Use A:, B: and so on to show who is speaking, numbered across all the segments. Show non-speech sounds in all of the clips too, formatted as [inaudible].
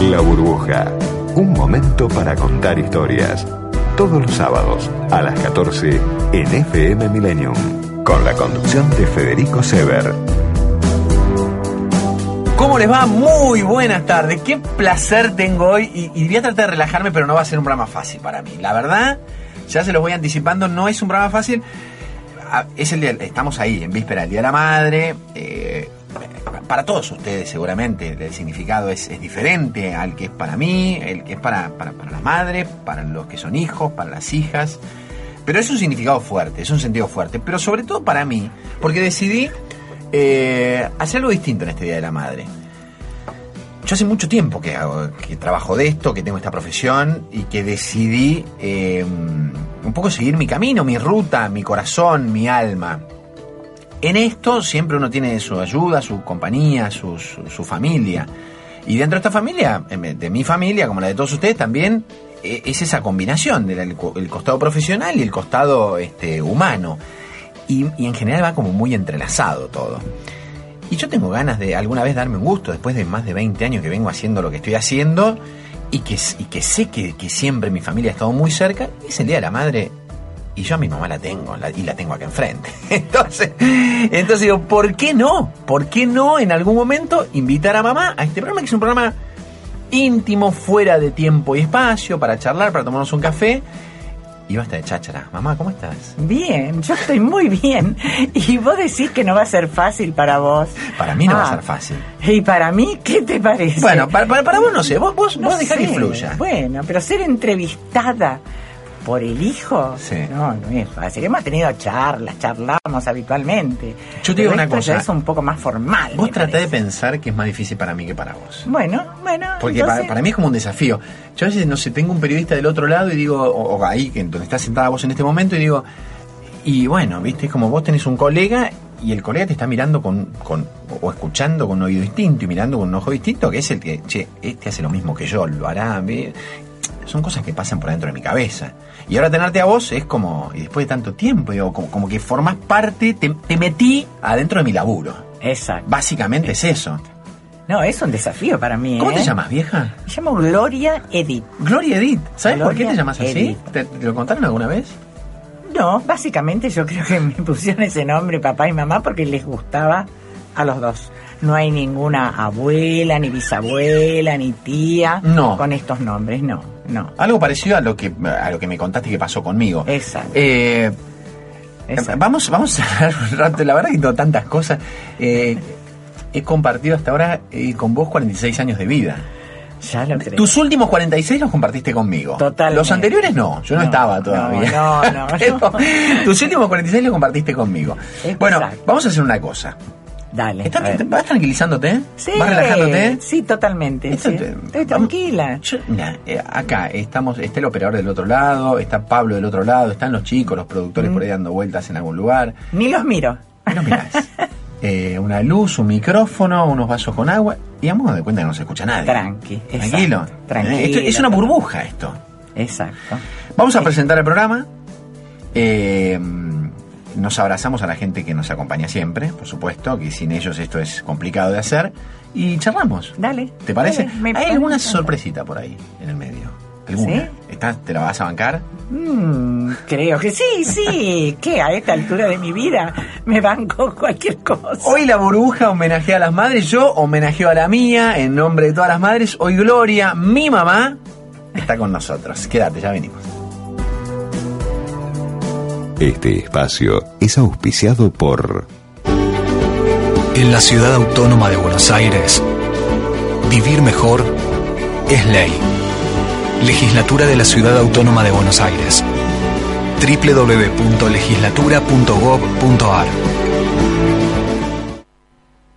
A: La burbuja. Un momento para contar historias. Todos los sábados a las 14 en FM Millennium. Con la conducción de Federico Sever.
B: ¿Cómo les va? Muy buenas tardes. Qué placer tengo hoy. Y, y voy a tratar de relajarme, pero no va a ser un programa fácil para mí. La verdad, ya se los voy anticipando, no es un programa fácil. Ah, Es el día, estamos ahí, en víspera del Día de la Madre. eh, para todos ustedes, seguramente, el significado es, es diferente al que es para mí, el que es para, para, para las madres, para los que son hijos, para las hijas. Pero es un significado fuerte, es un sentido fuerte. Pero sobre todo para mí, porque decidí eh, hacer algo distinto en este Día de la Madre. Yo hace mucho tiempo que, hago- que trabajo de esto, que tengo esta profesión y que decidí eh, un poco seguir mi camino, mi ruta, mi corazón, mi alma. En esto siempre uno tiene su ayuda, su compañía, su, su- su familia. Y dentro de esta familia, em, de mi familia, como la de todos ustedes, también eh, es esa combinación del el co- el costado profesional y el costado este, humano. Y, y en general va como muy entrelazado todo. Y yo tengo ganas de alguna vez darme un gusto, después de más de 20 años que vengo haciendo lo que estoy haciendo y que, y que sé que, que siempre mi familia ha estado muy cerca, es el Día de la Madre y yo a mi mamá la tengo la- y la tengo acá enfrente. [laughs] Entonces, entonces digo, ¿por qué no? ¿Por qué no en algún momento invitar a mamá a este programa que es un programa íntimo, fuera de tiempo y espacio, para charlar, para tomarnos un café? Y basta de cháchara. Mamá, ¿cómo estás?
C: Bien, yo estoy muy bien. Y vos decís que no va a ser fácil para vos.
B: Para mí no va a
C: Ah,
B: ser fácil.
C: ¿Y para mí qué te parece?
B: Bueno, para, para- para vos no sé, vos, vos,
C: No
B: vos dejá que
C: sé.
B: fluya.
C: Bueno, pero ser entrevistada por el hijo,
B: Sí.
C: no, no es fácil. Hemos tenido charlas, charlamos habitualmente.
B: Yo te digo
C: Pero
B: una
C: esto
B: cosa.
C: ya es un poco más formal.
B: Vos
C: me
B: tratá de
C: parece.
B: pensar que es más difícil para mí que para vos.
C: Bueno, bueno.
B: Porque
C: entonces-
B: para, para mí es como un desafío. Yo a veces, no sé, tengo un periodista del otro lado y digo, o, o ahí, que en donde estás sentada vos en este momento, y digo, y bueno, viste, es como vos tenés un colega y el colega te está mirando con, con o escuchando con un oído distinto y mirando con un ojo distinto, que es el que, che, este hace lo mismo que yo, lo hará. ve". Son cosas que pasan por dentro de mi cabeza. Y ahora tenerte a vos es como, y después de tanto tiempo, digo, como, como que formás parte, te, te metí adentro de mi laburo.
C: Exacto.
B: Básicamente es eso.
C: No, es un desafío para mí.
B: ¿Cómo
C: ¿eh?
B: te llamas, vieja?
C: Me llamo Gloria Edith.
B: Gloria Edith, ¿sabes por qué
C: Gloria
B: te llamas así?
C: Edith.
B: ¿Te, te lo contaron alguna vez?
C: No, básicamente yo creo que [laughs] me pusieron ese nombre papá y mamá porque les gustaba a los dos. No hay ninguna abuela, ni bisabuela, ni tía
B: No.
C: con estos nombres, no, no.
B: Algo parecido a lo que a lo que me contaste que pasó conmigo.
C: Exacto.
B: Eh,
C: exacto.
B: vamos, vamos a hablar un rato, la verdad que tengo tantas cosas. Eh, he compartido hasta ahora eh, con vos 46 años de vida.
C: Ya lo creo.
B: Tus últimos 46 los compartiste conmigo.
C: Totalmente.
B: Los anteriores no, yo no,
C: No,
B: estaba
C: no,
B: todavía. [laughs]
C: no, no, no.
B: Pero tus últimos 46 los compartiste conmigo.
C: Exacto.
B: Bueno, vamos a hacer una cosa.
C: Dale.
B: ¿Estás-
C: a ver.
B: ¿Vas tranquilizándote?
C: Sí,
B: ¿Vas relajándote?
C: sí, totalmente.
B: Esto
C: sí.
B: te-
C: Estoy
B: vamos-
C: tranquila.
B: Yo- mirá, eh, acá estamos, está el operador del otro lado, está Pablo del otro lado, están los chicos, los
C: Mm.
B: productores por ahí dando vueltas en algún lugar.
C: Ni los miro.
B: Pero
C: [laughs]
B: mirás, eh, una luz, un micrófono, unos vasos con agua, y a modo de cuenta que no se escucha nadie.
C: Tranqui, exacto,
B: Tranquilo.
C: tranquilo.
B: Eh, esto- es una burbuja esto.
C: Exacto.
B: Vamos a presentar el programa. Eh, nos abrazamos a la gente que nos acompaña siempre, por supuesto, que sin ellos esto es complicado de hacer. Y charlamos.
C: Dale.
B: ¿Te parece?
C: dale, me
B: Hay alguna
C: parece.
B: sorpresita por ahí en el medio. ¿Alguna?
C: ¿Sí?
B: ¿Estás- ¿Te la vas a bancar?
C: Mm, creo que sí, sí.
B: [laughs]
C: que A esta altura de mi vida me banco cualquier cosa.
B: Hoy la burbuja homenajea a las madres, yo homenajeo a la mía en nombre de todas las madres. Hoy Gloria, mi mamá, está con nosotros. Quédate, ya venimos.
A: Este espacio es auspiciado por
D: En la ciudad autónoma de Buenos Aires, vivir mejor es ley. Legislatura de la Ciudad Autónoma de Buenos Aires. www.legislatura.gov.ar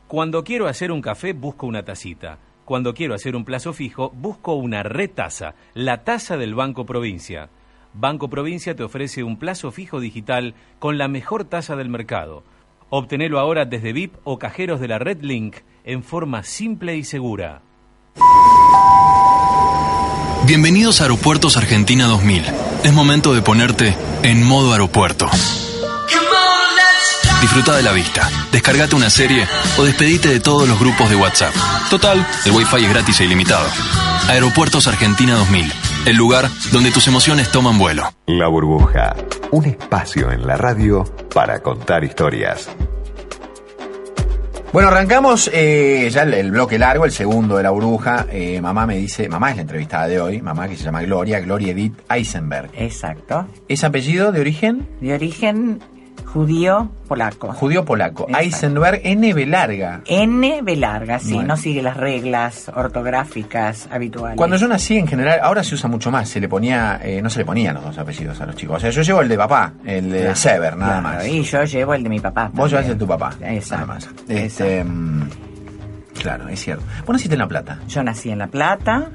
E: Cuando quiero hacer un café, busco una tacita. Cuando quiero hacer un plazo fijo, busco una retasa, la tasa del Banco Provincia. Banco Provincia te ofrece un plazo fijo digital con la mejor tasa del mercado. Obtenelo ahora desde VIP o cajeros de la Red Link en forma simple y segura.
D: Bienvenidos a Aeropuertos Argentina 2000. Es momento de ponerte en modo aeropuerto. Disfruta de la vista, descargate una serie o despedite de todos los grupos de WhatsApp. Total, el Wi-Fi es gratis e ilimitado. Aeropuertos Argentina 2000, el lugar donde tus emociones toman vuelo.
A: La burbuja, un espacio en la radio para contar historias.
B: Bueno, arrancamos eh, ya el, el bloque largo, el segundo de la burbuja. Eh, mamá me dice, mamá es la entrevistada de hoy, mamá que se llama Gloria, Gloria Edith Eisenberg.
C: Exacto.
B: ¿Es apellido de origen?
C: De origen judío polaco.
B: Judío polaco.
C: Exacto.
B: Eisenberg, N B larga.
C: N B larga, sí,
B: Bueno.
C: no sigue las reglas ortográficas habituales.
B: Cuando yo nací en general, ahora se usa mucho más, se le ponía, eh, no se le ponían los dos apellidos a los chicos. O sea, yo llevo el de papá, el de
C: Claro,
B: Sever, nada
C: claro,
B: más.
C: Y yo llevo el de mi papá.
B: Vos llevas el de
C: también.
B: tu papá,
C: Exacto.
B: nada más.
C: exacto.
B: Este, mm, claro, es cierto. Vos naciste en La Plata.
C: Yo nací en La Plata.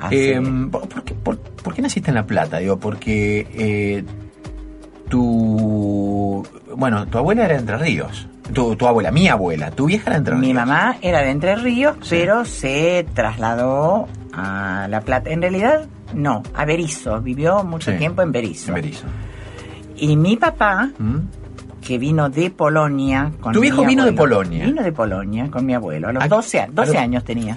C: hace-
B: Eh, ¿por, por qué, por- por qué naciste en La Plata? Digo, porque eh, tu. Bueno, tu abuela era de Entre Ríos. Tu, tu abuela, mi abuela, tu vieja era de Entre Ríos.
C: mi mamá era de Entre Ríos, pero se trasladó a La Plata. En realidad, no, a Berizo. Vivió mucho
B: Sí.
C: tiempo en Berizo.
B: En Berizo.
C: Y mi papá,
B: ¿Mm?
C: que vino de Polonia. Con
B: Tu
C: mi
B: viejo vino de
C: abuelo.
B: Polonia. Ah,
C: Vino de Polonia con mi abuelo. A los
B: ¿A-
C: 12, a- 12
B: a los-
C: años tenía.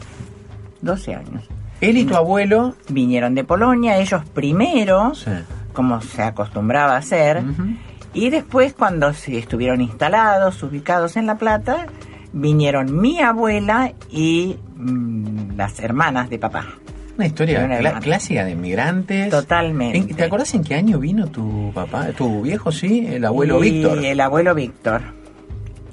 C: 12 años.
B: Él y tu abuelo.
C: Vinieron de Polonia, ellos primero,
B: Sí.
C: como se acostumbraba a hacer.
B: Ujú.
C: Y después, cuando se estuvieron instalados, ubicados en La Plata, vinieron mi abuela y mm, las hermanas de papá.
B: Una historia
C: Una
B: cla-
C: hermana.
B: clásica de inmigrantes.
C: Totalmente.
B: ¿En- ¿Te acordás en qué año vino tu papá? Tu viejo, sí, el abuelo
C: Y
B: Víctor.
C: El abuelo Víctor.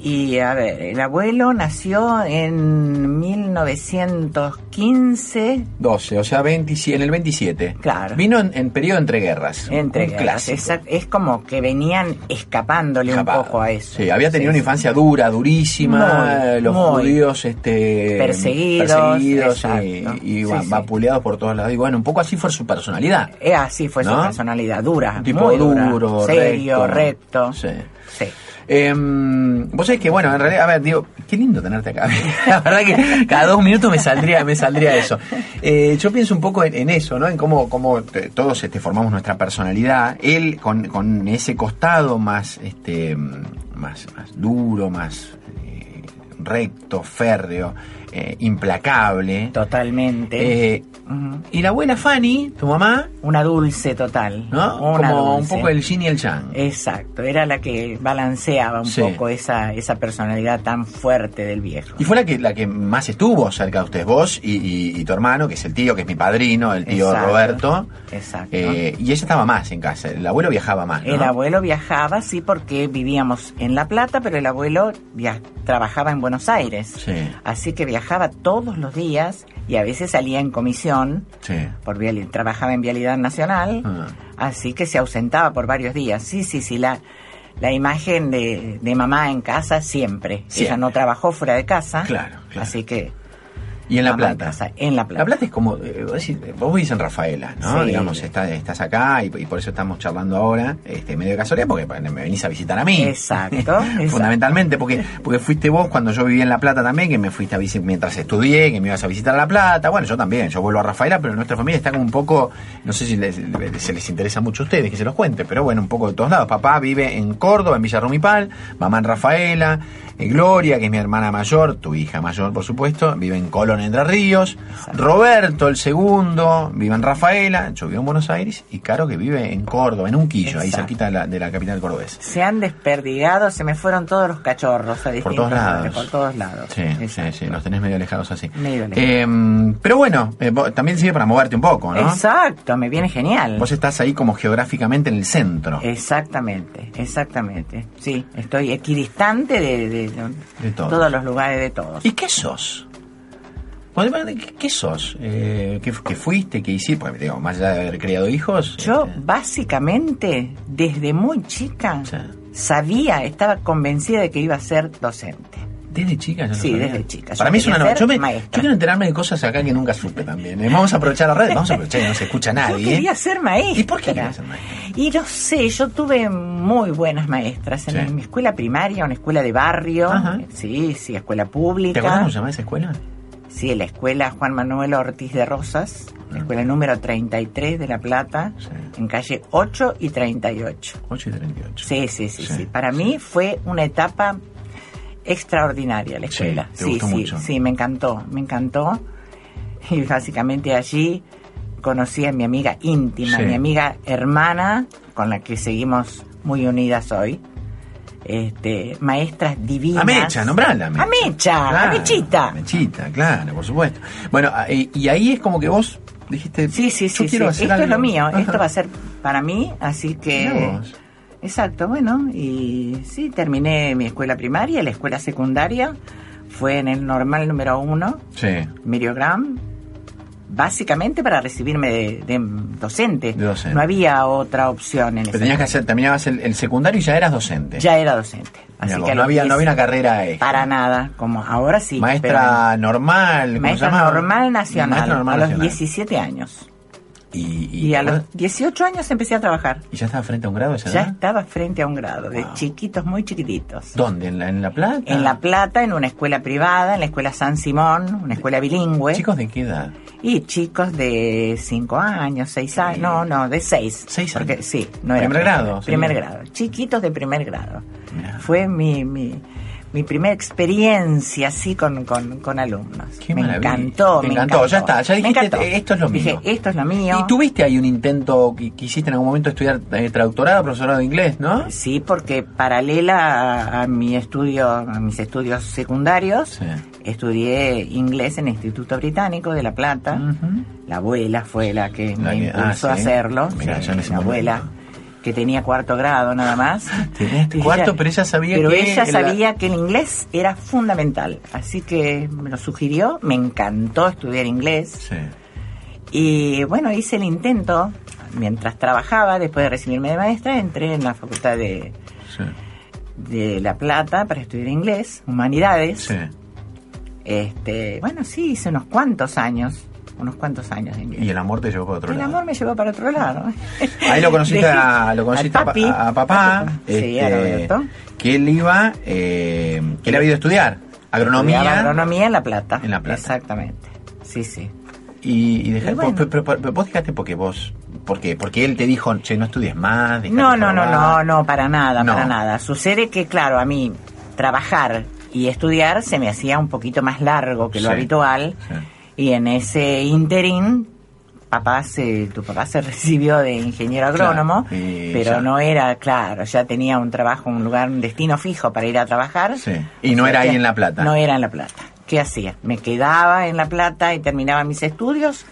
C: Y a ver, el abuelo nació en 1915.
B: 12, o sea, 27, en el 27.
C: Claro.
B: Vino en, en periodo entre guerras.
C: Entre
B: un
C: guerras.
B: clásico.
C: Exact- Es como que venían escapándole
B: Escapado.
C: un poco a eso.
B: Sí, había tenido una
C: Sí,
B: infancia dura, durísima,
C: Muy,
B: los
C: muy.
B: judíos este,
C: Perseguidos,
B: perseguidos y,
C: exacto.
B: y
C: Sí,
B: va-
C: sí.
B: vapuleados por todos lados. Y bueno, un poco así fue su personalidad.
C: Eh, así fue
B: ¿No?
C: su personalidad, dura.
B: Un tipo
C: Ah, muy dura,
B: duro,
C: serio,
B: recto.
C: recto.
B: Sí.
C: Sí.
B: Em, vos sabés que, bueno, en realidad, a ver, digo, qué lindo tenerte acá. [laughs] La verdad que cada dos minutos me saldría, me saldría eso. Eh, yo pienso un poco en, en eso, ¿no? En cómo, cómo te- todos este, formamos nuestra personalidad. Él con, con ese costado más, este, mm, más, más duro, más eh, recto, férreo, eh, implacable.
C: Totalmente.
B: Eh,
C: Ujú.
B: y la abuela Fanny, tu mamá,
C: Una dulce total.
B: ¿no?
C: Una
B: Como un
C: dulce. Eh,
B: poco el yin y el yang.
C: Exacto, era la que balanceaba un
B: Sí.
C: poco esa, esa personalidad tan fuerte del viejo.
B: Y fue la que, la que más estuvo cerca de ustedes, vos y, y- y tu hermano, que es el tío, que es mi padrino, el tío
C: Exacto.
B: Roberto.
C: Exacto.
B: Eh, y ella estaba más en casa, el abuelo viajaba más. ¿no?
C: El abuelo viajaba, sí, porque vivíamos en La Plata, pero el abuelo via- trabajaba en Buenos Aires.
B: Sí.
C: Así que viajaba todos los días y a veces salía en comisión,
B: Sí.
C: por viali- trabajaba en Vialidad Nacional,
B: Ah.
C: así que se ausentaba por varios días. Sí, sí, sí, la, la imagen de, de mamá en casa siempre.
B: Siempre.
C: Ella no trabajó fuera de casa,
B: Claro, claro. [clears throat]
C: así que
B: Y en La
C: Mamá en
B: Plata.
C: casa, en La Plata.
B: es como, eh, vos, decís, vos vivís en Rafaela, ¿no?
C: Sí.
B: Digamos, está- estás acá y, y por eso estamos charlando ahora, este, medio de casualidad, porque me venís a visitar a mí.
C: Exacto, exacto.
B: Fundamentalmente, porque, porque fuiste vos cuando yo vivía en La Plata también, que me fuiste a visitar mientras estudié, que me ibas a visitar a La Plata. Bueno, yo también, yo vuelvo a Rafaela, pero nuestra familia está como un poco, no sé si les- se les interesa mucho a ustedes que se los cuente, pero bueno, un poco de todos lados. Papá vive en Córdoba, en Villa Rumipal, mamá en Rafaela, eh, Gloria, que es mi hermana mayor, tu hija mayor, por supuesto, vive en Colón, Entre Ríos, Roberto, el segundo, vive en Rafaela, yo vivo en Buenos Aires, y Caro, que vive en Córdoba, en Unquillo, ahí
C: Exacto.
B: cerquita de la, de la capital cordobesa.
C: Se han desperdigado, se me fueron todos los cachorros a
B: Por
C: distintos
B: todos lados.
C: lugares, por todos lados.
B: Sí, sí,
C: Exacto.
B: sí, los tenés medio alejados así.
C: Medio alejados.
B: Eh, pero bueno, eh, vos- también sirve para moverte un poco, ¿no?
C: Exacto, me viene genial.
B: Vos estás ahí como geográficamente en el centro
C: Eh. Exactamente, exactamente. Sí, estoy equidistante de, de- de
B: de todo.
C: todos los lugares de todos.
B: ¿Y qué sos? Bueno, ¿Qué qué sos? Eh, ¿qué, qué fuiste? ¿Qué hiciste? Porque, digo, más allá de haber criado hijos.
C: Yo
B: este,
C: básicamente, desde muy chica,
B: Sí.
C: sabía, estaba convencida de que iba a ser docente.
B: Desde chica, yo no
C: Sí,
B: sabía.
C: desde chica. Yo
B: Para mí es
C: quería
B: una no-
C: ser
B: Yo, me- yo
C: maestra.
B: quiero enterarme de cosas acá que nunca supe también. Eh, Vamos a aprovechar la red, vamos a aprovechar que no se escucha nadie.
C: [laughs]
B: ¿eh?
C: Yo quería ser maestra.
B: ¿Y por qué querías ser maestra?
C: Y no sé, yo tuve muy buenas maestras en
B: Sí.
C: mi escuela primaria, una escuela de barrio,
B: Ajá.
C: sí, sí, escuela pública.
B: ¿Te acuerdas cómo se llamaba esa escuela?
C: Sí, la escuela Juan Manuel Ortiz de Rosas, la escuela número 33 de La Plata,
B: Sí.
C: en calle 8 y 38.
B: 8 y 38.
C: Sí, sí, sí,
B: Sí,
C: sí. Para mí fue una etapa extraordinaria la
B: Sí,
C: escuela.
B: te
C: sí,
B: gustó
C: sí,
B: mucho.
C: sí, me encantó, me encantó. Y básicamente allí conocí a mi amiga íntima,
F: Sí.
C: mi amiga hermana, con la que seguimos muy unidas hoy. Este, maestras divinas.
B: A Mecha, nombrala.
C: A Mecha, a Mechita.
B: a Mechita, claro, por supuesto. Bueno, a- y, y ahí es como que vos dijiste,
C: Sí, sí,
B: yo
C: sí.
B: quiero
C: sí.
B: hacer
C: Esto es
B: algo.
C: lo mío,
B: Ajá.
C: esto va a ser para mí, así que...
B: Mirá vos.
C: Exacto, bueno, y sí, terminé mi escuela primaria, la escuela secundaria fue en el normal número uno,
B: Sí,
C: Meriogram, básicamente para recibirme de, de docente.
B: De docente.
C: No había otra opción en
B: pero
C: ese
B: tenías que hacer, terminabas el, el secundario y ya eras docente.
C: Ya era docente. Así
B: Mirá vos,
C: que a
B: no,
C: los
B: había, no
C: 10,
B: había una carrera extra.
C: Para nada, como ahora sí.
B: Maestra normal,
C: pero-
B: ¿cómo
C: maestra
B: se llama?
C: normal nacional,
B: Maestra normal
C: a los
B: nacional.
C: 17 años.
B: Y, y-
C: Y a los 18 años empecé a trabajar.
B: ¿y ya estaba frente a un grado esa
C: Ya
B: edad?
C: estaba frente a un grado, de
B: ¿Ah? Wow. Ah.
C: chiquitos, muy chiquititos.
B: ¿Dónde? ¿En la, en la Plata?
C: En La Plata, en una escuela privada, en la escuela San Simón, una escuela bilingüe.
B: ¿Chicos de qué edad?
C: Y chicos de 5 años, 6 años, no, no, de 6.
B: Seis años.
C: sí, no era.
B: Primer grado, sí.
C: Primer grado, chiquitos de primer grado.
B: Mirá.
C: Fue mi, mi, mi primera experiencia así con, con, con alumnos.
B: Qué
C: me
B: maravilla.
C: encantó,
B: Te
C: me
B: encantó,
C: encantó.
B: ya está, ya
C: Me
B: dijiste,
C: encantó.
B: esto es lo mío.
C: Dije, esto es lo mío.
B: Y tuviste ahí un intento que, que hiciste en algún momento estudiar eh, traductorado, profesorado de inglés, ¿no?
C: Sí, porque paralela a, a mi estudio, a mis estudios secundarios,
B: Sí.
C: estudié inglés en el Instituto Británico de La Plata.
B: Ujú.
C: La abuela fue la que
B: Mm. La
C: me
B: que- ah,
C: impulsó a
B: sí.
C: hacerlo.
B: Mirá,
C: Sí,
B: ya en ese
C: la
B: momento.
C: abuela que tenía cuarto grado nada
B: [laughs]
C: más.
B: Tenés
C: Y
B: cuarto, pero ella sabía
C: pero
B: que
C: ella
B: la-
C: sabía que el inglés era fundamental, así que me lo sugirió, me encantó estudiar inglés
B: Sí.
C: y bueno, hice el intento mientras trabajaba, después de recibirme de maestra, entré en la Facultad de,
B: Sí.
C: de La Plata para estudiar inglés, humanidades.
B: Sí.
C: Este, bueno, sí, hice unos cuantos años, unos cuantos años de inglés.
B: Y el amor te llevó para otro
C: El
B: lado. Ah.
C: amor me llevó para otro lado.
B: Ahí lo
C: [laughs]
B: conociste,
C: Dejé
B: a, lo conociste
C: al
B: a pa-
C: papi,
B: a, papá,
C: Sí,
B: este,
C: a Roberto.
B: que él iba, eh, que él había ido a estudiar agronomía,
C: Estudiaba agronomía en La Plata.
B: En La Plata.
C: Exactamente. Sí, sí.
B: y, y dejar-
C: Y bueno.
B: pero- pero- pero vos dejaste porque vos, porque, porque él te dijo, che, no estudies más, dejate
C: No, no, no,
B: probar".
C: no, no, para nada,
B: No.
C: para nada. Sucede que, claro, a mí trabajar y estudiar se me hacía un poquito más largo que lo
B: Sí.
C: habitual.
B: Sí.
C: Y en ese interín, papá se, tu papá se [laughs] recibió de ingeniero
B: Claro,
C: agrónomo,
B: y
C: pero
B: ya.
C: no era, claro, ya tenía un trabajo, un lugar, un destino fijo para ir a trabajar.
B: Sí. Y no era ahí
C: que
B: en La Plata.
C: No era en La Plata. ¿Qué hacía? ¿Me quedaba en La Plata y terminaba mis estudios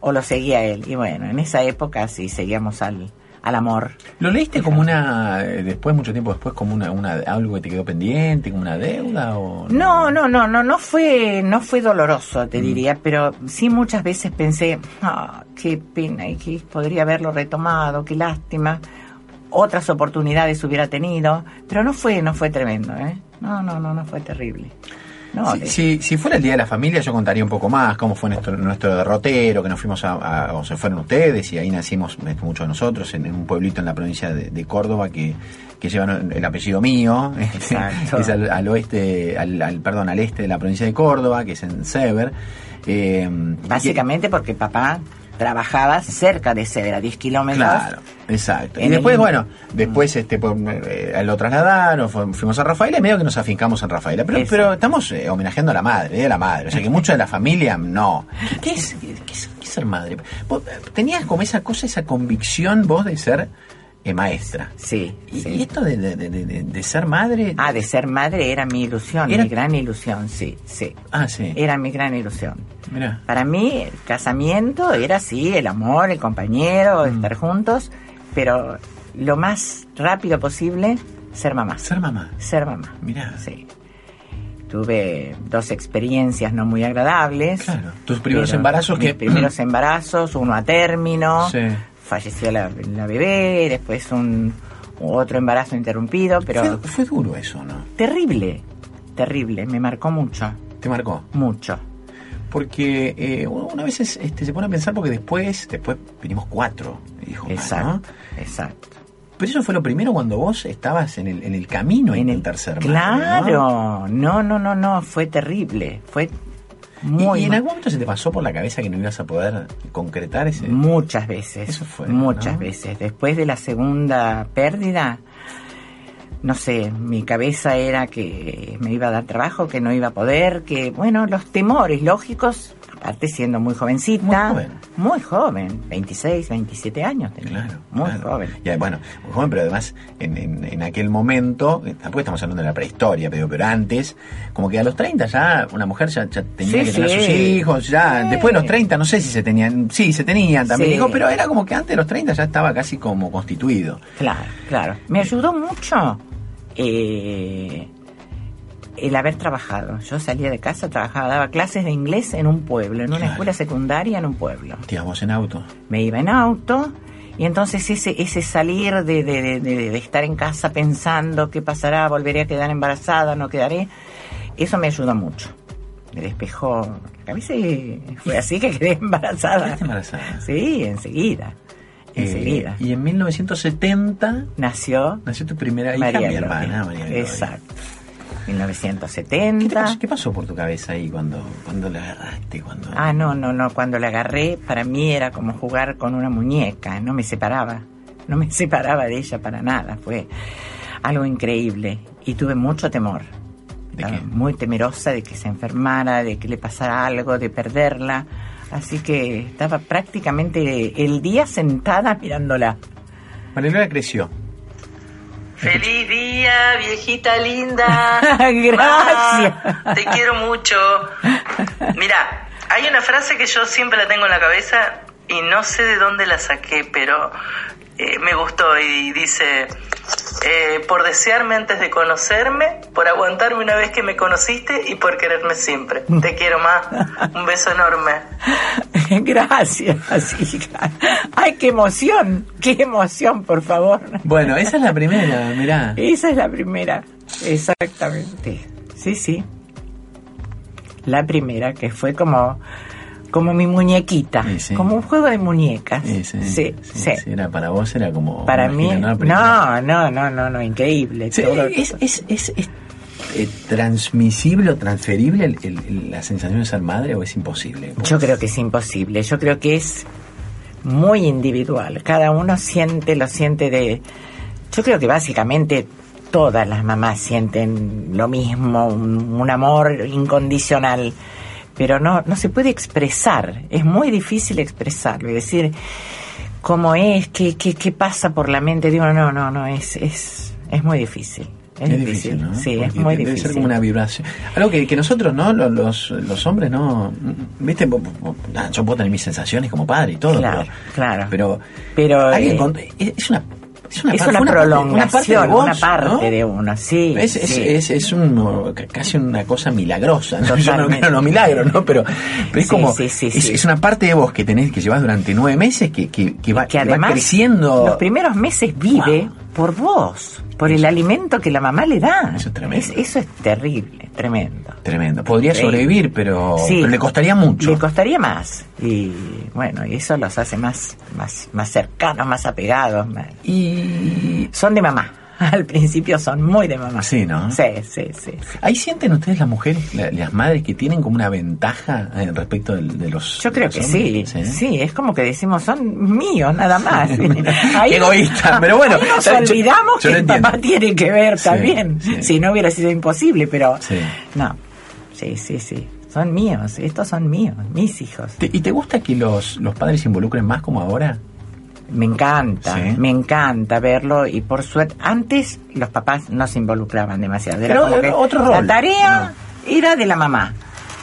C: o lo seguía él? Y bueno, en esa época sí seguíamos al, al amor.
B: ¿Lo leíste como una, eh, después, mucho tiempo después, como una, una- algo que te quedó pendiente, como una deuda? O Mm.
C: No, no, no, no, no fue, no fue doloroso, te diría, pero sí muchas veces pensé, ah, qué pena, y que podría haberlo retomado, qué lástima, otras oportunidades hubiera tenido, pero no fue, no fue tremendo, ¿eh? No, no, no, no fue terrible. No,
B: Si,
C: de-
B: si- si fuera el Día de la Familia, yo contaría un poco más cómo fue nuestro, nuestro derrotero, que nos fuimos a, a- o se fueron ustedes, y ahí nacimos este, muchos de nosotros, en, en un pueblito en la provincia de, de Córdoba que, que lleva el el apellido mío, [laughs] este,
C: Exacto.
B: es al, al oeste, al, al- perdón, al este de la provincia de Córdoba, que es en Sever. eh,
C: Básicamente porque papá trabajaba cerca de Cedra, 10
B: y-
C: kilómetros.
B: Claro, exacto. Y
C: En
B: después,
C: el- Mm.
B: bueno, después este por- eh, lo trasladaron, fu- fuimos a Rafaela y medio que nos afincamos en Rafaela. Pero,
C: Exacto.
B: pero estamos eh, homenajeando a la madre, Día de la madre. O sea que mucho de la familia no. ¿Qué, qué es, qué es- qué es ser madre? Vos, eh, tenías como esa cosa, esa convicción vos de ser eh, maestra.
C: Sí,
B: Y,
C: sí.
B: y esto de, de- de- de- de ser madre.
C: Ah, de ser madre era mi ilusión,
B: Era-
C: mi gran ilusión, sí, sí.
B: Ah, sí.
C: Era mi gran ilusión.
B: Mirá.
C: Para mí, el casamiento era así, el amor, el compañero,
B: Mm.
C: estar juntos, pero lo más rápido posible, ser mamá.
B: Ser mamá.
C: Ser mamá.
B: Mirá.
C: Sí. Tuve dos experiencias no muy agradables.
B: Claro. Tus primeros
C: Pero
B: embarazos
C: mis
B: que-
C: primeros embarazos, uno a término.
B: Sí.
C: Falleció la, la bebé, después un otro embarazo interrumpido, pero
B: Fue, fue duro eso, ¿no?
C: terrible, terrible, me marcó mucho,
B: Te marcó.
C: mucho.
B: Porque eh, uno uno a veces este, se pone a pensar porque después, después vinimos cuatro hijos. más,
C: Exacto,
B: ¿no?
C: exacto.
B: Pero eso fue lo primero cuando vos estabas en el, en el camino en el tercer
C: Claro, no, no, no, no, fue terrible, fue muy
B: y, y en
C: mal.
B: algún momento se te pasó por la cabeza que no ibas a poder concretar ese.
C: muchas veces,
B: Eso fue,
C: muchas
B: ¿no?
C: veces. Después de la segunda pérdida, no sé, mi cabeza era que me iba a dar trabajo, que no iba a poder, que bueno, los temores lógicos aparte siendo muy
B: Muy
C: jovencita.
B: joven.
C: Muy joven, 26, 27 años tenía.
B: Claro,
C: muy
B: claro.
C: joven.
B: Y, eh, bueno, muy joven, pero además en, en- en aquel momento, eh, tampoco estamos hablando de la prehistoria, pero, pero antes, como que a los 30 ya una mujer ya, ya tenía
C: Sí,
B: que tener
C: sí.
B: sus hijos, ya
C: Sí.
B: después de los 30, no sé si se tenían, sí, se tenían también
C: Sí.
B: hijos, pero era como que antes de los 30 ya estaba casi como constituido.
C: Claro, claro. Me ayudó mucho eh, el haber trabajado. Yo salía de casa, trabajaba, daba clases de inglés en un pueblo, en una
B: Claro.
C: escuela secundaria en un pueblo.
B: Digamos, en auto.
C: me iba en auto y entonces ese, ese salir de, de- de- de- de estar en casa pensando qué pasará, volveré a quedar embarazada, no quedaré, eso me ayudó mucho. Me despejó la cabeza y fue así que quedé [laughs] embarazada.
B: Quedaste embarazada.
C: Sí, enseguida.
B: Eh,
C: Enseguida.
B: y en 1970
C: Nació
B: nació tu primera hija,
C: María
B: mi
C: Gloria.
B: hermana, María Gloria.
C: Exacto.
B: ¿Qué, te
C: 1970.
B: pasó, qué pasó por tu cabeza ahí cuando, cuando la agarraste? Cuando...
C: Ah, no, no, no. Cuando la agarré, para mí era como jugar con una muñeca. No me separaba. No me [laughs] separaba de ella para nada. Fue algo increíble. Y tuve mucho temor.
B: ¿De
C: Estaba
B: qué?
C: Muy temerosa de que se enfermara, de que le pasara algo, de perderla. Así que estaba prácticamente el día sentada mirándola.
B: María Gloria creció.
G: Feliz día, viejita linda.
C: Gracias.
G: Ma, te quiero mucho. Mira, hay una frase que yo siempre la tengo en la cabeza y no sé de dónde la saqué, pero eh, me gustó y dice, eh, por desearme antes de conocerme, por aguantarme una vez que me conociste y por quererme siempre. Te quiero más. Un beso enorme.
C: [laughs] Gracias, [laughs] hija. Ay, qué emoción. Qué emoción, por favor.
B: Bueno, esa es la primera, mirá.
C: Esa es la primera, exactamente. Sí, sí. La primera, que fue como, como mi muñequita,
B: Sí, sí.
C: como un juego de muñecas.
B: Sí, sí, sí,
C: sí.
B: sí, Era para vos, era como.
C: Para
B: me
C: mí,
B: imagino,
C: no,
B: Una película.
C: no, no, no, no, increíble.
B: Sí,
C: todo.
B: es, es, es, es, eh, transmisible o transferible el- el- el- la sensación de ser madre o es imposible.
C: Yo creo que es imposible, yo creo que es muy individual. Cada uno siente, lo siente de... Yo creo que básicamente todas las mamás sienten lo mismo, un, un amor incondicional, pero no, no se puede expresar, es muy difícil expresarlo y decir cómo es, qué, qué, qué pasa por la mente. Digo, no, no, no, es, es, es muy difícil. Es, difícil,
B: ¿no?
C: sí, es
B: Porque
C: muy
B: debe
C: difícil.
B: ser como una vibración. Algo que, que nosotros, ¿no? Los, los, los hombres, ¿no? ¿Viste? Po- po- po- ah, Yo puedo tener mis sensaciones como padre y todo.
C: Claro,
B: pero,
C: claro.
B: Pero.
C: Pero,
B: alguien
C: eh,
B: con- es es una. Es una,
C: es
B: parte-
C: una,
B: parte-
C: prolongación,
B: vos,
C: una parte,
B: ¿no?
C: de uno, sí.
B: Es, es,
C: sí.
B: es, es un, o, ca- casi una cosa milagrosa. ¿no? [laughs] Yo no
C: Totalmente.
B: creo en los milagros, ¿no? Pero, pero es
C: Sí,
B: como.
C: sí, sí,
B: es,
C: sí.
B: es una parte de vos que tenés que llevas durante nueve meses que, que, que Ah, va,
C: que
B: que va
C: además
B: creciendo.
C: los primeros meses vive
B: Wow.
C: por vos, por el alimento que la mamá le da.
B: Eso es tremendo.
C: eso es terrible, tremendo.
B: Tremendo. Podría
C: Sí.
B: sobrevivir, pero,
C: Sí.
B: pero Oh, le costaría mucho.
C: Le costaría más. Y bueno, y eso los hace más, más, más cercanos, más apegados. más-
B: y
C: Son de mamá. [laughs] Al principio son muy de mamá.
B: Sí, ¿no?
C: Sí, sí, sí. sí.
B: ahí sienten ustedes las mujeres, la- las madres que tienen como una ventaja eh, respecto del- de, los.
C: Yo creo
B: de
C: que
B: los
C: sí.
B: hombres,
C: sí.
B: ¿eh?
C: es como que decimos, son míos nada más.
B: [laughs]
C: Ahí-
B: Qué egoísta, pero bueno,
C: ahí nos
B: yo-
C: olvidamos
B: yo
C: que
B: lo
C: el
B: entiendo.
C: papá tiene que ver
B: Sí,
C: también.
B: sí.
C: Si no hubiera sido imposible, pero
B: Sí.
C: no. Sí, sí, sí. Son míos, estos son míos, mis hijos.
B: ¿Te- ¿Y te gusta que los, los padres se involucren más como ahora?
C: Me encanta,
B: Sí.
C: me encanta verlo y por suerte, antes los papás no se involucraban demasiado. Era
B: Pero
C: como
B: era
C: que
B: otro rol. Ah.
C: La tarea era de la mamá.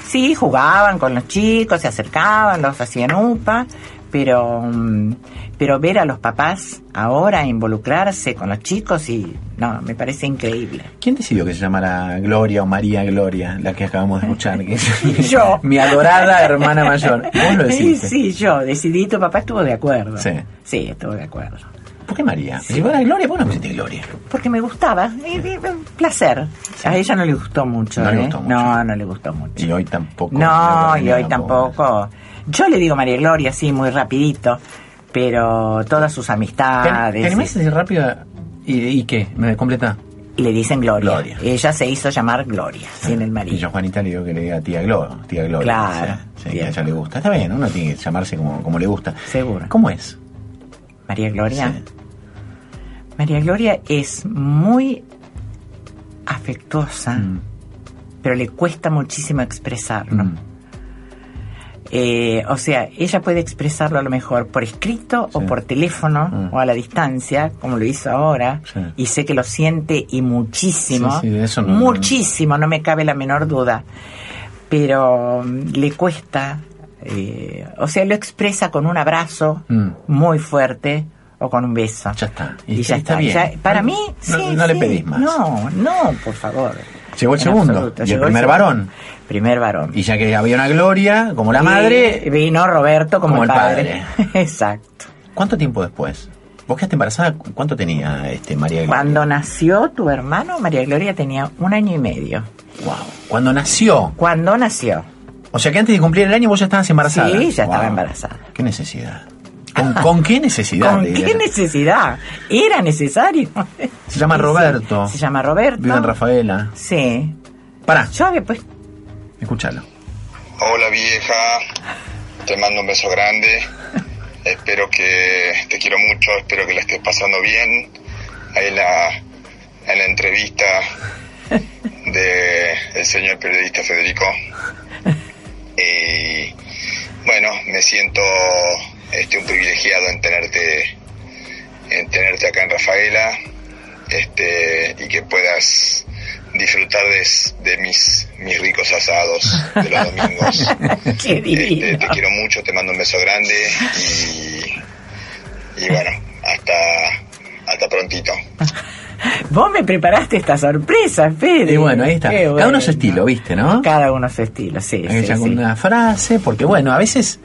C: Sí, jugaban con los chicos, se acercaban, los hacían upa, pero, mm, pero ver a los papás ahora involucrarse con los chicos y no, me parece increíble.
B: ¿Quién decidió que se llamara Gloria o María Gloria, la que acabamos de escuchar? [laughs] Que es
C: [laughs] Yo.
B: Mi adorada hermana mayor. Vos
C: [laughs]
B: lo
C: Sí,
B: decidiste.
C: sí, yo decidí, tu papá estuvo de acuerdo.
B: Sí.
C: Sí, estuvo de acuerdo.
B: ¿Por qué María? Si vos eras Gloria, vos no pusiste Gloria.
C: Porque me gustaba, y, y, un placer. A ella no le gustó mucho.
B: No le
C: ¿eh?
B: gustó mucho.
C: No, no le gustó mucho.
B: Y hoy tampoco.
C: no,
B: creo que
C: y hoy
B: no,
C: tampoco. Yo le digo María Gloria, sí, muy rapidito, pero todas sus
B: ¿Te,
C: amistades
B: te animás a decir rápido? ¿Y, y qué? ¿Me completa?
C: le dicen Gloria.
B: Gloria.
C: Ella se hizo llamar Gloria, sin
B: Y
C: el
B: yo
C: marido.
B: a Juanita le digo que le diga tía Gloria. Tía Gloria.
C: Claro,
B: Sí, sí, que
C: bien.
B: a ella le gusta. Está bien, uno tiene que llamarse como, como le gusta.
C: Seguro.
B: ¿Cómo es?
C: María Gloria.
B: Sí.
C: María Gloria es muy afectuosa,
B: Mm,
C: mm. pero le cuesta muchísimo expresarlo.
B: mm.
C: Eh, o sea, ella puede expresarlo a lo mejor por escrito o
B: Sí.
C: por teléfono
B: Mm.
C: o a la distancia, como lo hizo ahora,
B: Sí.
C: y sé que lo siente y muchísimo,
B: Sí, sí, de eso no-
C: muchísimo, no me cabe la menor duda, pero mm, le cuesta, eh, o sea, lo expresa con un abrazo
B: Mm.
C: muy fuerte o con un beso.
B: Ya está.
C: Y,
B: Y
C: ya
B: está
C: está.
B: bien.
C: ya- para
B: No-
C: mí,
B: no-
C: sí,
B: no le
C: sí.
B: pedís más.
C: No, no, por favor.
B: Llegó el
C: En
B: segundo.
C: absoluto,
B: Y el
C: llegó
B: primer
C: segundo.
B: varón.
C: Primer varón.
B: Y ya que había una gloria, como la madre,
C: Y vino Roberto como, el padre. [laughs] Exacto.
B: ¿cuánto tiempo después? ¿Vos quedaste embarazada? cu- ¿Cuánto tenía este María Gloria?
C: Cuando nació tu hermano, María Gloria tenía un año y medio.
B: Wow. Cuando nació.
C: Cuando nació,
B: O sea que antes de cumplir el año vos ya estabas embarazada.
C: Sí, ya estaba
B: Guau.
C: embarazada.
B: ¿Qué necesidad? ¿Con, con qué necesidad?
C: ¿con
B: le
C: qué
B: diría?
C: necesidad? Era necesario.
B: [laughs] Se llama
C: Sí,
B: Roberto.
C: Se llama Roberto.
B: Vive en Rafaela.
C: Sí.
B: Pará,
C: Yo había
B: [laughs]
C: puesto [laughs]
B: escúchalo.
H: Hola vieja, te mando un beso grande. Espero que te quiero mucho, espero que la estés pasando bien. Ahí en la, en la entrevista de el señor periodista Federico. Y bueno, me siento este, un privilegiado en tenerte, en tenerte acá en Rafaela este, y que puedas disfrutar de, de mis, mis ricos asados de los domingos.
C: [laughs] Qué divino.
H: Este, te quiero mucho, te mando un beso grande y, y bueno, hasta, hasta prontito.
C: Vos me preparaste esta sorpresa, Fede.
B: Y bueno, ahí está.
C: Qué
B: Cada uno su estilo, ¿viste, no?
C: Cada uno su estilo, sí. sí,
B: Ella con
C: sí.
B: una frase, porque bueno, a veces.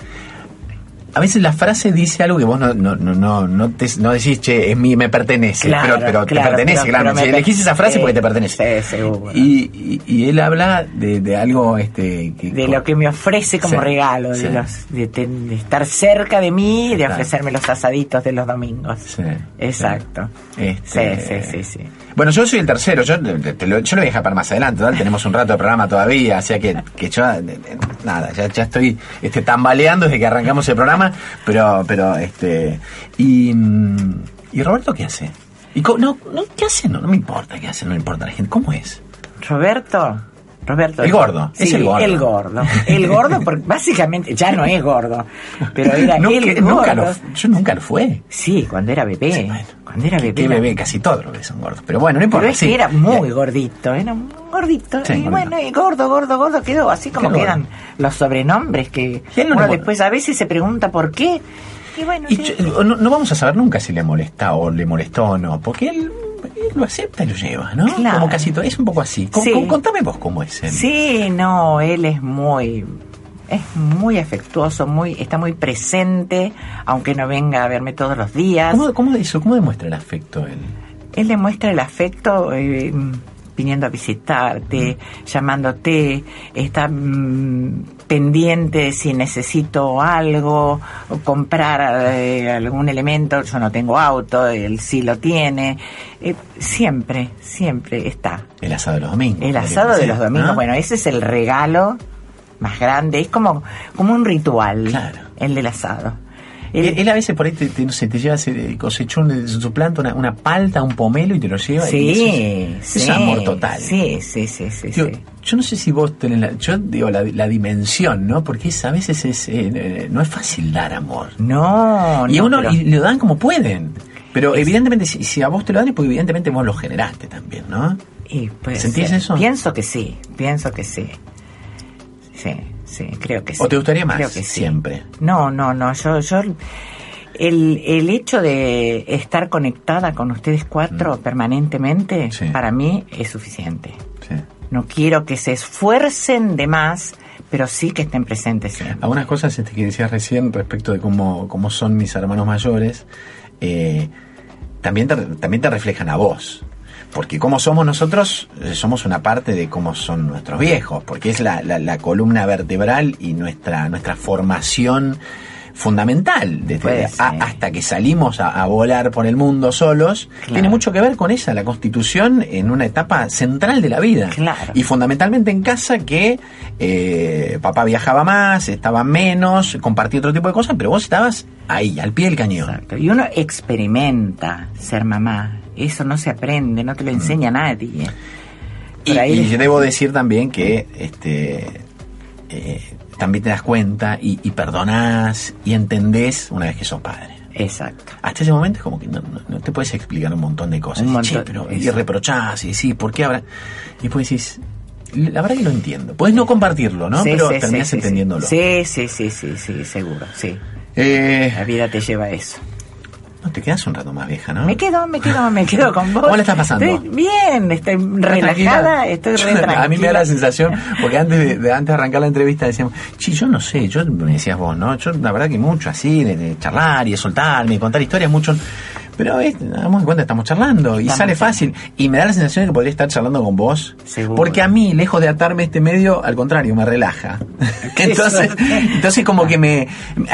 B: A veces la frase dice algo que vos no, no, no, no, no te, no decís, che, es mí, me pertenece.
C: Claro,
B: pero pero
C: claro,
B: te pertenece,
C: pero-
B: claro.
C: pero me
B: si elegís esa frase
C: per-
B: porque te pertenece.
C: Sí, seguro.
B: Y, y, y él habla de, de algo este, que,
C: de lo que me ofrece como
B: Sí,
C: regalo, de,
B: sí.
C: los, de, ten- de estar cerca de mí y de
B: Claro.
C: ofrecerme los asaditos de los domingos.
B: Sí,
C: Exacto.
B: sí. Este-
C: Sí, sí, sí, sí.
B: Bueno, yo soy el tercero, yo te- te lo, yo lo voy a dejar para más adelante, total, tenemos un rato de programa todavía, o sea que, que yo, eh, eh, nada, ya, ya estoy este, tambaleando desde que arrancamos el programa, pero, pero, este, y, mm, ¿y Roberto qué hace? ¿Y co- no, no, ¿Qué hace? No, no me importa qué hace, no me importa la gente, ¿cómo es?
C: Roberto. Roberto.
B: El gordo, es
C: Sí,
B: el gordo.
C: El gordo. El gordo,
B: [laughs]
C: porque básicamente ya no es gordo, pero era
B: Nunca-
C: el
B: nunca
C: gordo.
B: lo- yo nunca lo fue.
C: Sí, cuando era bebé.
B: Sí, bueno.
C: Cuando era bebé.
B: Que
C: era-
B: bebé, casi todos los bebés son gordos, pero bueno, no importa.
C: Pero es
B: sí.
C: que era muy
B: Ya-
C: gordito, era un gordito.
B: Sí,
C: y
B: gordito.
C: bueno, y gordo, gordo, gordo quedó, así como
B: Qué
C: quedan los sobrenombres que
B: Y él no
C: uno
B: le-
C: después a veces se pregunta por qué. Y bueno,
B: Y
C: sí.
B: yo- no, no vamos a saber nunca si le molesta o le molestó o no, porque él, él lo acepta y lo lleva, ¿no?
C: Claro.
B: Como casi todo, es un poco así. Con-
C: Sí.
B: con- contame vos cómo es él.
C: Sí, no, él es muy es muy afectuoso, muy está muy presente, aunque no venga a verme todos los días.
B: ¿Cómo, cómo eso, ¿Cómo demuestra el afecto él?
C: Él demuestra el afecto eh, viniendo a visitarte,
B: Mm.
C: llamándote, está mm, pendiente de si necesito algo, o comprar eh, algún elemento, yo no tengo auto, él sí lo tiene, Eh, siempre, siempre está.
B: El asado de los domingos. ¿Ah?
C: El
B: podríamos
C: asado de
B: decir,
C: los domingos,
B: ¿no?
C: bueno, ese es el regalo más grande, es como, como un ritual,
B: Claro.
C: el del asado.
B: Él,
C: El-
B: él a veces por ahí te, te- no sé, te lleva, eh, ese cosechón de su planta, una, una palta, un pomelo y te lo lleva. y
C: sí,
B: eso es,
C: sí,
B: es amor total.
C: Sí, sí, sí, sí.
B: Digo,
C: sí.
B: Yo no sé si vos tenés la, yo digo la, la dimensión, ¿no? Porque es- a veces es, eh, eh, no es fácil dar amor.
C: No,
B: Y a
C: no,
B: uno
C: pero-
B: y lo dan como pueden. Pero evidentemente, si, si a vos te lo dan es porque evidentemente vos lo generaste también, ¿no?
C: y puede
B: ¿Sentís
C: ser.
B: eso?
C: Pienso que sí, pienso que sí. Sí, sí, creo que sí.
B: ¿O te gustaría más
C: Creo que sí.
B: siempre?
C: No, no, no, yo, yo el, el hecho de estar conectada con ustedes cuatro permanentemente,
B: Mm. Sí.
C: para mí es suficiente.
B: Sí.
C: No quiero que se esfuercen de más, pero sí que estén presentes siempre.
B: Algunas cosas este, que decías recién respecto de cómo, cómo son mis hermanos mayores, eh, también, te, también te reflejan a vos. Porque cómo somos nosotros, eh, somos una parte de cómo son nuestros viejos, porque es la, la- la columna vertebral y nuestra, nuestra formación fundamental desde
C: Pues,
B: a-
C: sí.
B: hasta que salimos a, a volar por el mundo solos
C: Claro.
B: tiene mucho que ver con esa la constitución en una etapa central de la vida
C: Claro.
B: y fundamentalmente en casa que eh, papá viajaba más, estaba menos, compartía otro tipo de cosas, pero vos estabas ahí, al pie del cañón.
C: Exacto. Y uno experimenta ser mamá. Eso no se aprende, no te lo enseña nadie.
B: Mm. Y,
C: Por ahí-
B: y debo decir también que este eh, también te das cuenta y, y perdonás y entendés una vez que sos padre.
C: Exacto.
B: Hasta ese momento es como que no, no- no te puedes explicar un montón de cosas.
C: Un
B: Y,
C: montón,
B: che, pero, y
C: exacto.
B: reprochás y decís, ¿por qué habrá? Y después decís, la verdad que lo entiendo. Podés no compartirlo, ¿no?
C: Sí,
B: pero
C: sí,
B: terminás
C: sí, sí,
B: entendiéndolo.
C: Sí, sí, sí, sí, sí, seguro, sí.
B: Eh,
C: La vida te lleva a eso.
B: no, te quedas un rato más vieja, ¿no?
C: Me quedo, me quedo, me quedo con vos.
B: ¿Cómo la estás pasando?
C: Estoy bien, estoy relajada, estoy re tranquila.
B: [laughs] A mí me da la sensación, porque antes de, de- antes de arrancar la entrevista decíamos, sí, yo no sé, yo me decías vos, ¿no? Yo la verdad que mucho así, de, de charlar y de soltarme, y contar historias, mucho. Pero eh, damos cuenta, estamos charlando y
C: Estamos
B: sale fácil. Y me da la sensación de que podría estar charlando con vos.
C: Seguro.
B: Porque a mí, lejos de atarme este medio, al contrario, me
C: [laughs]
B: relaja.
C: Qué
B: entonces,
C: suerte.
B: entonces como que me,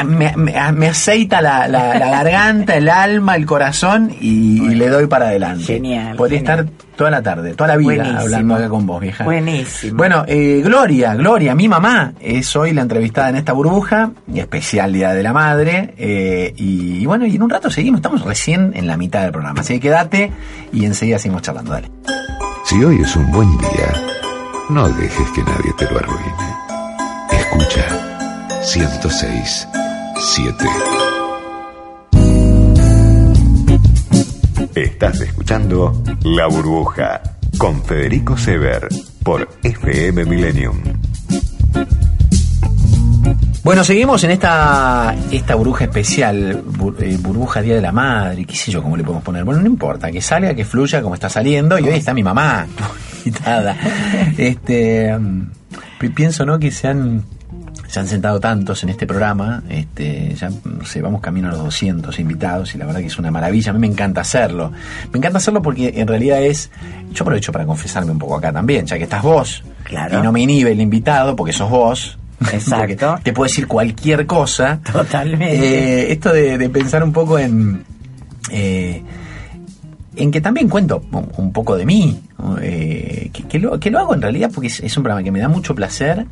B: me, me- me aceita la, la- la garganta, el alma, el corazón y, y le doy para adelante.
C: Genial,
B: Podría
C: genial.
B: estar toda la tarde, toda la vida
C: Buenísimo.
B: hablando acá con vos, vieja.
C: Buenísimo.
B: Bueno, eh, Gloria, Gloria, mi mamá es hoy la entrevistada en esta burbuja, y especial Día de la Madre, eh, y, y bueno, y en un rato seguimos, estamos recién en la mitad del programa, así que quédate y enseguida seguimos charlando, dale.
A: Si hoy es un buen día, no dejes que nadie te lo arruine. Escucha 106 7. Estás escuchando La Burbuja con Federico Sever por FM Millennium.
B: Bueno, seguimos en esta esta burbuja especial, bur- eh, burbuja Día de la Madre, qué sé yo cómo le podemos poner. Bueno, no importa, que salga, que fluya como está saliendo, y hoy está mi mamá [laughs] invitada. Este, mm, pi- pienso, ¿no?, que se han, se han sentado tantos en este programa, este, ya, no sé, vamos camino a los 200 invitados, y la verdad que es una maravilla, a mí me encanta hacerlo. Me encanta hacerlo porque en realidad es, yo aprovecho para confesarme un poco acá también, ya que estás vos,
C: Claro.
B: y no me inhibe el invitado porque sos vos.
C: Exacto.
B: [laughs] Porque te puedo decir cualquier cosa.
C: Totalmente.
B: Eh, esto de, de pensar un poco en. eh, en que también cuento un, un poco de mí. eh, que, que lo, que lo hago en realidad porque es, es un programa que me da mucho placer.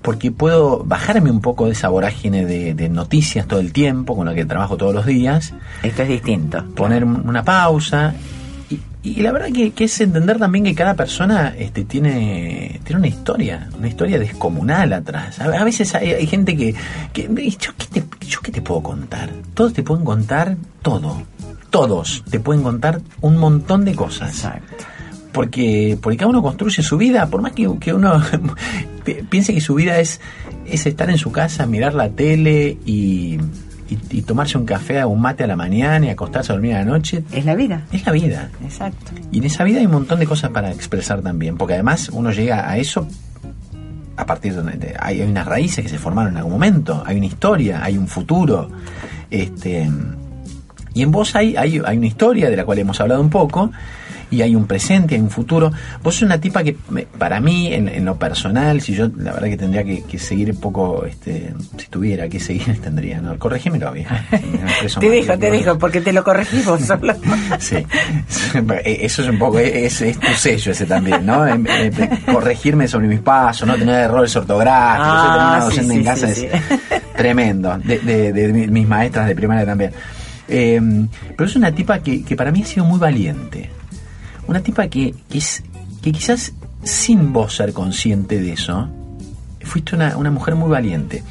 B: Porque puedo bajarme un poco de esa vorágine de, de noticias todo el tiempo, con la que trabajo todos los días
C: Esto es distinto.
B: poner un- una pausa. Y, y la verdad que, que es entender también que cada persona este, tiene, tiene una historia, una historia descomunal atrás. A, a veces hay, hay gente que... que me dice, yo, ¿qué te, ¿Yo qué te puedo contar? Todos te pueden contar todo. Todos te pueden contar un montón de cosas
C: Exacto.
B: porque, porque cada uno construye su vida, por más que, que uno [laughs] pi- piense que su vida es, es estar en su casa, mirar la tele y, y- y tomarse un café, un mate a la mañana y acostarse a dormir a la noche,
C: Es la vida.
B: es la vida.
C: Exacto.
B: Y en esa vida hay un montón de cosas para expresar también, porque además uno llega a eso a partir de, de- hay, hay unas raíces que se formaron en algún momento, hay una historia, hay un futuro. Este, y en vos hay, hay, hay una historia de la cual hemos hablado un poco, y hay un presente, hay un futuro. Vos sos una tipa que me- para mí, en, en lo personal, si yo la verdad que tendría que, que seguir un poco, este, si tuviera que seguir, [laughs] tendría, ¿no? Corregímelo, [laughs] vieja.
C: Te dejo, te dejo, porque te lo corregí
B: [laughs]
C: vos solo.
B: Sí, Eh, eso es un poco, es, es tu sello ese también, ¿no? Em- em- Corregirme sobre mis pasos, no tener errores ortográficos, yo tenía una
C: Ah, sí,
B: docente en
C: sí,
B: casa
C: sí, [laughs]
B: es tremendo, de, de- de mi- mis maestras de primaria también. Eh, pero es una tipa que, que para mí ha sido muy valiente, una tipa que, que, es, que quizás sin vos ser consciente de eso, fuiste una, una mujer muy valiente.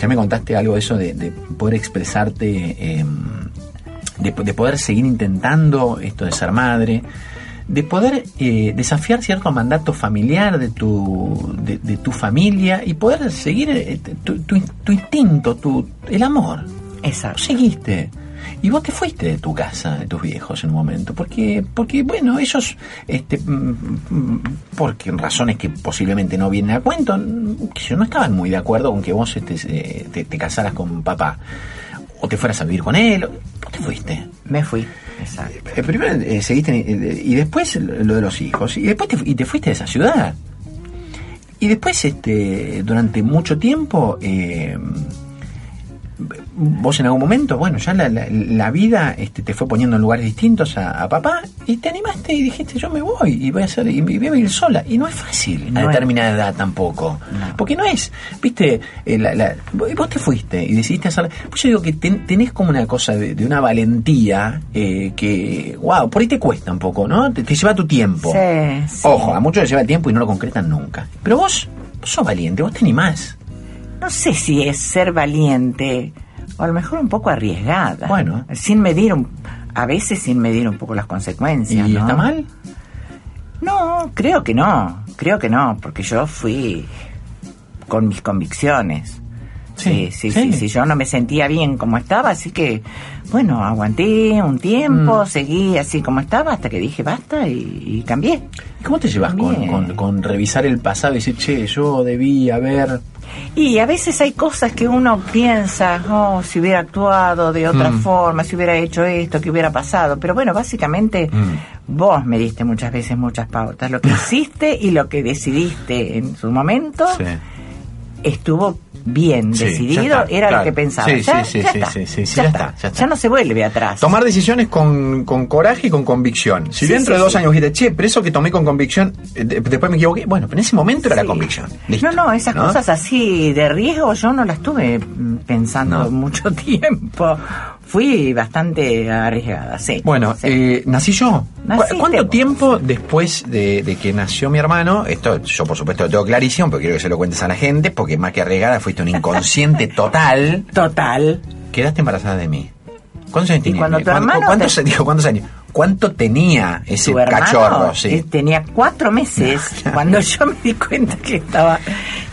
B: Ya me contaste algo de eso de, de poder expresarte, eh, de, de poder seguir intentando esto de ser madre, de poder eh, desafiar cierto mandato familiar de tu, de, de tu familia y poder seguir eh, tu, tu- tu instinto, tu, el amor.
C: Exacto.
B: Seguiste. Y vos te fuiste de tu casa, de tus viejos en un momento, porque, porque bueno, ellos, este, mm, mm, porque en razones que posiblemente no vienen a cuento, mm, que yo no estaban muy de acuerdo con que vos este, eh, te, te casaras con papá, o te fueras a vivir con él, o vos te fuiste.
C: Me fui. Exacto.
B: Eh, Primero eh, seguiste eh, y después lo de los hijos y después te, fu- y te fuiste de esa ciudad. Y después este durante mucho tiempo eh, vos en algún momento, bueno, ya la, la- la vida este, te fue poniendo en lugares distintos a, a papá y te animaste y dijiste yo me voy y voy a hacer y voy a vivir sola y no es fácil a
C: No es.
B: determinada edad tampoco
C: No.
B: porque no es viste eh, la- la- vos vos te fuiste y decidiste hacer pues yo digo que ten- tenés como una cosa de, de una valentía eh, que wow por ahí te cuesta un poco no te, te lleva tu tiempo
C: Sí, sí.
B: Oh, Ojo, a muchos les lleva el tiempo y no lo concretan nunca. Pero vos, vos sos valiente, vos te animás.
C: no sé si es ser valiente o a lo mejor un poco arriesgada.
B: Bueno.
C: Sin medir, un, a veces sin medir un poco las consecuencias.
B: ¿Y
C: ¿no?
B: está mal?
C: No, creo que no, creo que no, porque yo fui con mis convicciones.
B: Sí,
C: Sí, sí,
B: sí.
C: sí, sí, yo no me sentía bien como estaba, así que, bueno, aguanté un tiempo,
B: Mm.
C: seguí así como estaba hasta que dije basta y, y cambié.
B: ¿Y ¿Cómo te llevas con,
C: Bien.
B: con- con revisar el pasado y decir, che, yo debí haber...
C: Y a veces hay cosas que uno piensa, oh, si hubiera actuado de otra
B: Mm.
C: forma, si hubiera hecho esto, que hubiera pasado. Pero bueno, básicamente
B: Mm.
C: vos me diste muchas veces muchas
B: [laughs]
C: pautas. Lo que hiciste y lo que decidiste en su momento estuvo bien
B: Sí,
C: decidido,
B: ya está,
C: era
B: claro.
C: lo que pensaba.
B: Sí,
C: ya,
B: sí, sí,
C: ya
B: sí,
C: está,
B: sí, sí, sí,
C: ya
B: ya
C: está.
B: está, ya está.
C: Ya no se vuelve atrás.
B: Tomar decisiones con, con coraje y con convicción. Si
C: Sí,
B: dentro de
C: sí,
B: dos
C: sí.
B: años dijiste, che, pero eso que tomé con convicción, eh, de- después me equivoqué. Bueno, pero en ese momento era la
C: Sí.
B: convicción. Listo.
C: No, no, esas cosas así de riesgo yo no las tuve mm, pensando
B: No.
C: mucho [laughs] tiempo. Fui bastante arriesgada, sí.
B: Bueno,
C: sí.
B: eh, nací yo. ¿Cu-
C: Naciste
B: ¿Cuánto
C: vos.
B: tiempo después de, de que nació mi hermano? Esto yo por supuesto lo tengo clarísimo, pero quiero que se lo cuentes a la gente, porque más que arriesgada fuiste un
C: [laughs]
B: inconsciente total.
C: Total.
B: Quedaste embarazada de mí. ¿Cuántos años tenía?
C: cuando tu
B: ¿Cuánto-
C: hermano
B: cuántos,
C: te-
B: digo, ¿Cuántos años? ¿Cuánto tenía ese
C: Tu hermano
B: cachorro?
C: eh,
B: Sí.
C: tenía cuatro meses
B: [laughs]
C: [laughs] cuando yo me di cuenta que estaba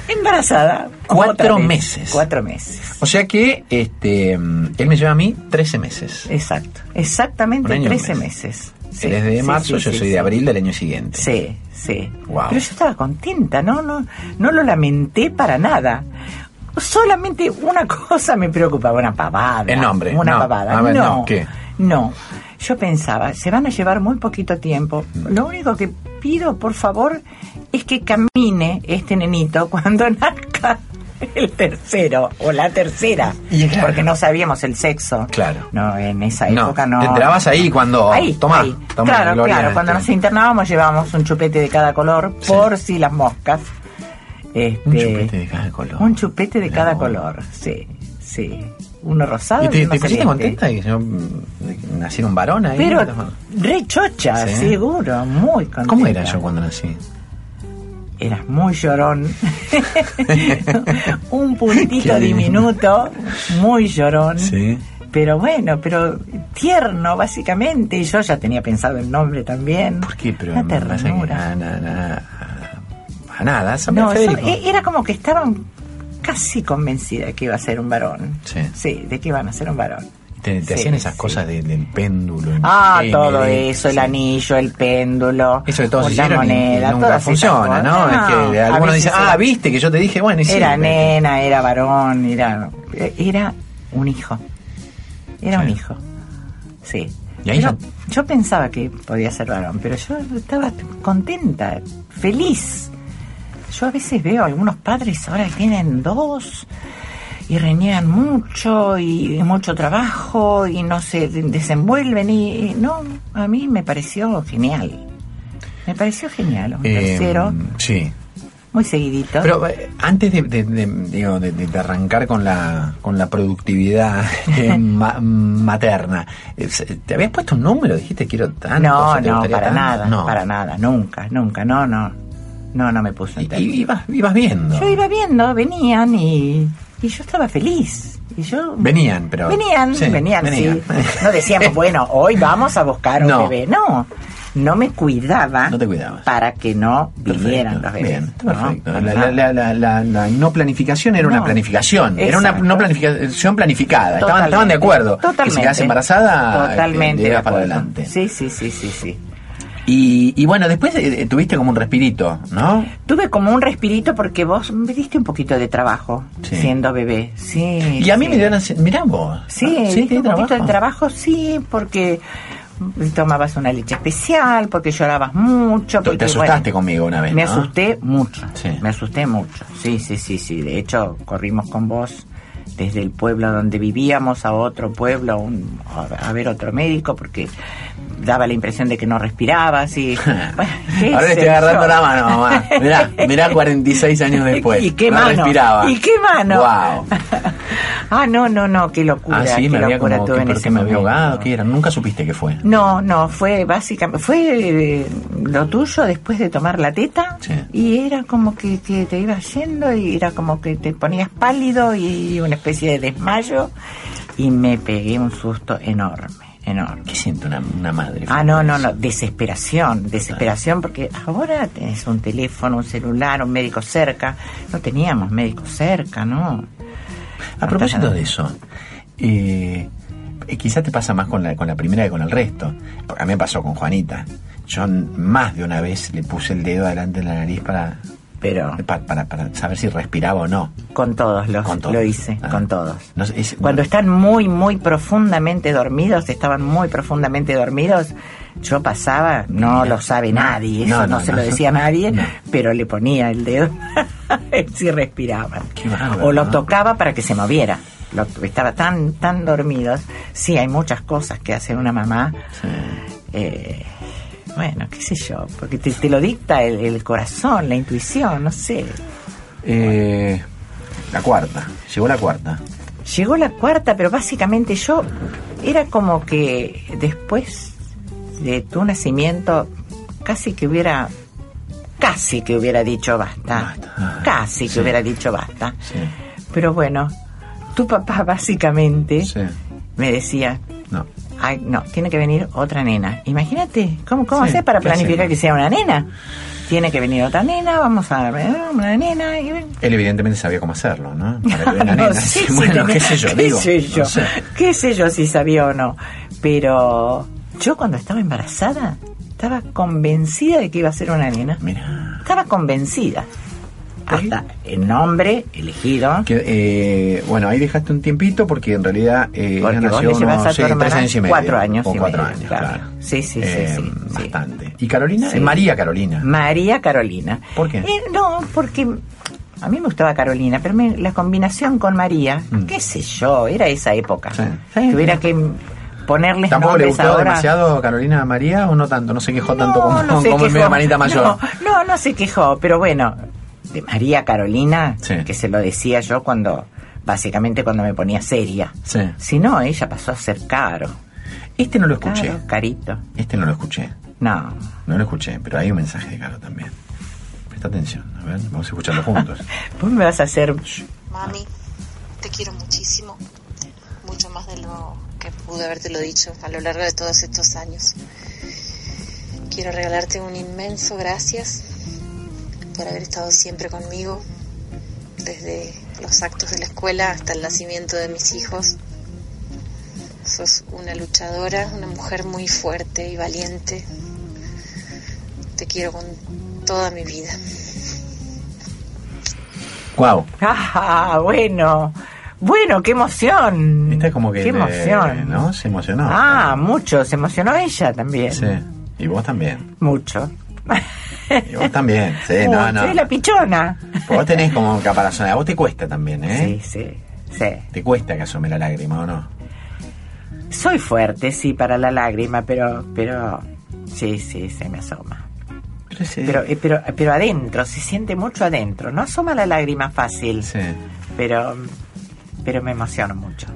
C: embarazada.
B: Cuatro
C: Otra vez.
B: meses.
C: Cuatro meses.
B: O sea que este, mm, él me lleva a mí 13 meses.
C: Exacto. Exactamente
B: Un año y un
C: 13
B: mes.
C: meses. Sí,
B: Él es de
C: sí,
B: marzo,
C: sí,
B: yo
C: sí,
B: soy
C: sí.
B: de abril del año siguiente.
C: Sí, sí.
B: Wow.
C: Pero yo estaba contenta, ¿no? No, no lo lamenté para nada. Solamente una [laughs] cosa me preocupaba, una pavada.
B: El nombre,
C: Una
B: no.
C: pavada.
B: A ver,
C: no,
B: no, ¿qué?
C: no. Yo pensaba, se van a llevar muy poquito tiempo.
B: Mm.
C: Lo único que pido, por favor, es que camine este nenito [laughs] cuando nazca el tercero o la tercera.
B: Y claro.
C: Porque no sabíamos el sexo.
B: Claro.
C: No, en esa
B: No,
C: época no.
B: te enterabas ahí cuando-
C: Ahí,
B: Oh, tomá,
C: ahí.
B: tomá,
C: claro,
B: Gloria,
C: claro. Cuando
B: este.
C: nos internábamos llevábamos un chupete de cada color
B: Sí.
C: por si las moscas. Este,
B: Un chupete de cada color.
C: Un chupete de
B: Mirá
C: cada
B: vos.
C: color, Ah, sí, sí. Uno rosado
B: ¿Y te,
C: uno
B: te pusiste
C: celeste.
B: contenta de que yo mm, de que naciera un varón ahí?
C: Pero re chocha,
B: Sí.
C: seguro, muy contenta.
B: ¿Cómo era yo cuando nací?
C: Eras
B: [laughs]
C: muy llorón. un puntito
B: Qué
C: diminuto, muy llorón.
B: Sí.
C: Pero bueno, pero tierno, básicamente. Y yo ya tenía pensado el nombre también.
B: ¿Por qué? Pero
C: Una
B: me pasa que na-
C: ternura.
B: na- na- a nada, San
C: No,
B: Federico.
C: yo- e- era como que estaban casi convencida que iba a ser un varón.
B: Sí.
C: de que iban a ser un varón.
B: Te, te
C: Sí,
B: hacían esas
C: sí.
B: cosas de- del péndulo. el
C: Ah,
B: género,
C: todo eso, el
B: sí.
C: anillo, el péndulo,
B: Eso de todos
C: la
B: hicieron y-
C: moneda,
B: y nunca
C: todas esas
B: funciona,
C: cosas.
B: ¿no? Es que
C: a
B: algunos
C: veces
B: dicen,
C: era-
B: ah, viste que yo te dije, bueno, y sí.
C: Era
B: pero-
C: nena, era varón, era, era un hijo. Era un
B: Sí.
C: hijo. Sí.
B: Y ahí ya-
C: Pero yo pensaba que podía ser varón, pero yo estaba contenta, feliz. Yo a veces veo algunos padres ahora que tienen dos y reniegan mucho y mucho trabajo y no se desenvuelven y, y no, a mí me pareció genial. Me pareció genial, un
B: Eh,
C: tercero,
B: Sí.
C: muy seguidito.
B: Pero eh, antes de, de- de- digo, de- de- de arrancar con la, con la
C: [laughs]
B: productividad [laughs] eh, ma- materna, eh, se- ¿te habías puesto un número? Dijiste quiero tanto.
C: No,
B: yo te
C: no,
B: gustaría
C: para
B: tanto.
C: nada,
B: No.
C: para nada, nunca, nunca, no, no, no, no me puse en
B: Y,
C: términos.
B: y ibas, ibas viendo.
C: Yo iba viendo, venían y, y yo estaba feliz. Y yo
B: Venían, pero.
C: venían,
B: Sí,
C: venían, sí. No decíamos, bueno, hoy vamos a buscar un
B: No.
C: bebé. No, no me
B: [laughs]
C: cuidaba
B: No te cuidabas.
C: para que no
B: Perfecto,
C: vinieran los bebés.
B: bien, está perfecto.
C: No,
B: La,
C: no,
B: la- la- la- la- la no planificación era una
C: No.
B: planificación. Era una
C: Exacto.
B: no planificación planificada. Estaban,
C: Totalmente.
B: estaban de acuerdo. Que si
C: Totalmente.
B: quedas embarazada,
C: Totalmente.
B: eh,
C: de
B: llegas para
C: acuerdo.
B: adelante.
C: Sí, sí, sí, sí, sí.
B: Y, y bueno, después eh, tuviste como un respirito, ¿no?
C: Tuve como un respirito porque vos me diste un poquito de trabajo
B: Sí.
C: siendo bebé. Sí.
B: Y a mí
C: sí.
B: me dieron así, mirá vos.
C: Sí,
B: Ah,
C: sí
B: te di
C: un poquito de trabajo, sí, porque tomabas una leche especial, porque llorabas mucho.
B: Te-
C: Porque,
B: Te asustaste
C: bueno,
B: conmigo una vez.
C: Me
B: ¿no?
C: asusté mucho,
B: Sí.
C: me asusté mucho. Sí, sí, sí, sí. De hecho, corrimos con vos desde el pueblo donde vivíamos a otro pueblo un- a, a ver otro médico porque daba la impresión de que no respirabas
B: [laughs]
C: y bueno,
B: [laughs]
C: qué
B: Ahora le estoy
C: sé
B: agarrando
C: yo.
B: la mano,
C: [laughs]
B: mamá. Mirá, mirá 46 años después.
C: ¿Y qué
B: pues, no
C: mano?
B: respiraba.
C: ¿Y qué mano?
B: Wow.
C: [laughs] Ah, no, no, no, qué locura.
B: Ah, sí,
C: qué
B: me había
C: locura
B: como,
C: tuve
B: que,
C: en
B: ¿por
C: ese
B: qué me había
C: momento.
B: ahogado? ¿Qué era? Nunca supiste qué fue.
C: No, no, fue básicamente, fue eh, lo tuyo después de tomar la teta
B: Sí.
C: y era como que, que te ibas yendo y era como que te ponías pálido y una especie de desmayo y me pegué un susto enorme, enorme.
B: ¿Qué siente una, una madre?
C: Ah, no, no, no, desesperación, desesperación, porque ahora tenés un teléfono, un celular, un médico cerca. No teníamos médico cerca, ¿no?
B: A propósito de eso, eh, eh, quizás te pasa más con la, con la primera que con el resto. Porque a mí me pasó con Juanita. Yo n- más de una vez le puse el dedo adelante de la nariz para,
C: Pero
B: pa- para, para saber si respiraba o no.
C: con todos los,
B: Con todos.
C: lo hice,
B: Ah.
C: con todos.
B: No sé, es-
C: Cuando
B: no-
C: están muy, muy profundamente dormidos, estaban muy profundamente dormidos, yo pasaba, no lo sabe nadie, eso
B: No,
C: no,
B: no,
C: se
B: no.
C: lo decía a nadie,
B: No.
C: pero le ponía el dedo [laughs] si respiraban.
B: Qué bárbaro,
C: O lo
B: ¿no?
C: tocaba para que se moviera. Lo- estaba tan, tan dormidos. Sí, hay muchas cosas que hace una mamá. Eh, bueno, qué sé yo, porque te, te lo dicta el, el corazón, la intuición, no sé.
B: Eh, la cuarta. Llegó la cuarta.
C: Llegó la cuarta, pero básicamente yo era como que después de tu nacimiento casi que hubiera casi que hubiera dicho basta.
B: Basta, ah,
C: Casi que
B: sí.
C: hubiera dicho basta.
B: Sí.
C: Pero bueno, tu papá [laughs] básicamente
B: Sí.
C: me decía,
B: No.
C: ay, no, tiene que venir otra nena. Imagínate, ¿cómo, cómo
B: Sí,
C: hacer para
B: ¿qué
C: planificar
B: hacemos?
C: que sea una nena? Tiene que venir otra nena, vamos a ver una nena y
B: Él evidentemente sabía cómo hacerlo, ¿no?
C: [laughs]
B: Para que venga
C: no
B: nena. [laughs]
C: sé si
B: bueno,
C: tenía-
B: qué
C: [laughs]
B: sé yo, digo.
C: Sé
B: no
C: yo,
B: sé.
C: qué sé yo si sabía o no. Pero yo cuando estaba embarazada estaba convencida de que iba a ser una nena.
B: Mira.
C: Estaba convencida. Hasta el nombre elegido.
B: Que, eh, bueno, ahí dejaste un tiempito porque en realidad eh,
C: Porque
B: ella
C: vos
B: nació
C: le llevás
B: unos,
C: a tu
B: sí,
C: hermana
B: tres años y medio,
C: cuatro años
B: o
C: y
B: cuatro
C: medio,
B: años, claro. Eh,
C: claro. Sí, sí, sí, sí, sí.
B: Bastante. ¿Y Carolina?
C: Sí.
B: Eh, María Carolina.
C: María Carolina.
B: ¿Por qué?
C: Eh, no, porque a mí me gustaba Carolina, pero me- la combinación con María,
B: Mm.
C: qué sé yo, era esa época.
B: Sí.
C: Que hubiera que ponerles
B: ¿Tampoco le
C: nombres
B: gustó
C: ahora.
B: demasiado Carolina a María o no tanto? No se quejó tanto como,
C: no se
B: como mi
C: quejó.
B: hermanita mayor.
C: No, no, no se quejó, pero bueno, de María Carolina,
B: Sí.
C: que se lo decía yo cuando, básicamente cuando me ponía seria.
B: Sí.
C: Si no, ella pasó a ser caro.
B: Este no lo escuché.
C: Caro, carito.
B: Este no lo escuché.
C: No.
B: No lo escuché, pero hay un mensaje de Caro también. Presta atención. A ver, vamos a escucharlo
C: [laughs]
B: juntos.
C: Vos me vas a hacer.
I: Mami, te quiero muchísimo, mucho más de lo que pude habértelo dicho a lo largo de todos estos años. Quiero regalarte un inmenso gracias por haber estado siempre conmigo, desde los actos de la escuela hasta el nacimiento de mis hijos. Sos una luchadora, una mujer muy fuerte y valiente. Te quiero con toda mi vida.
B: ¡Guau!
C: Ah, bueno. Bueno, qué emoción.
B: Esta es como que.
C: Qué
B: le-
C: emoción.
B: ¿No? Se emocionó.
C: Ah, mucho. Se emocionó ella también.
B: Sí. Y vos también.
C: Mucho.
B: Y vos también.
C: [laughs]
B: Sí, no,
C: Mucho.
B: no.
C: Es Oh, la pichona.
B: Pues vos tenés como caparazón. A vos te cuesta también, ¿eh?
C: Sí, sí. Sí.
B: Te cuesta que asome la lágrima, ¿o no?
C: Soy fuerte, sí, para la lágrima, pero, pero, sí, sí, se me asoma.
B: Pero sí.
C: Pero, eh, pero, pero adentro, se siente mucho adentro. No asoma la lágrima fácil,
B: Sí.
C: pero, pero me emociono mucho.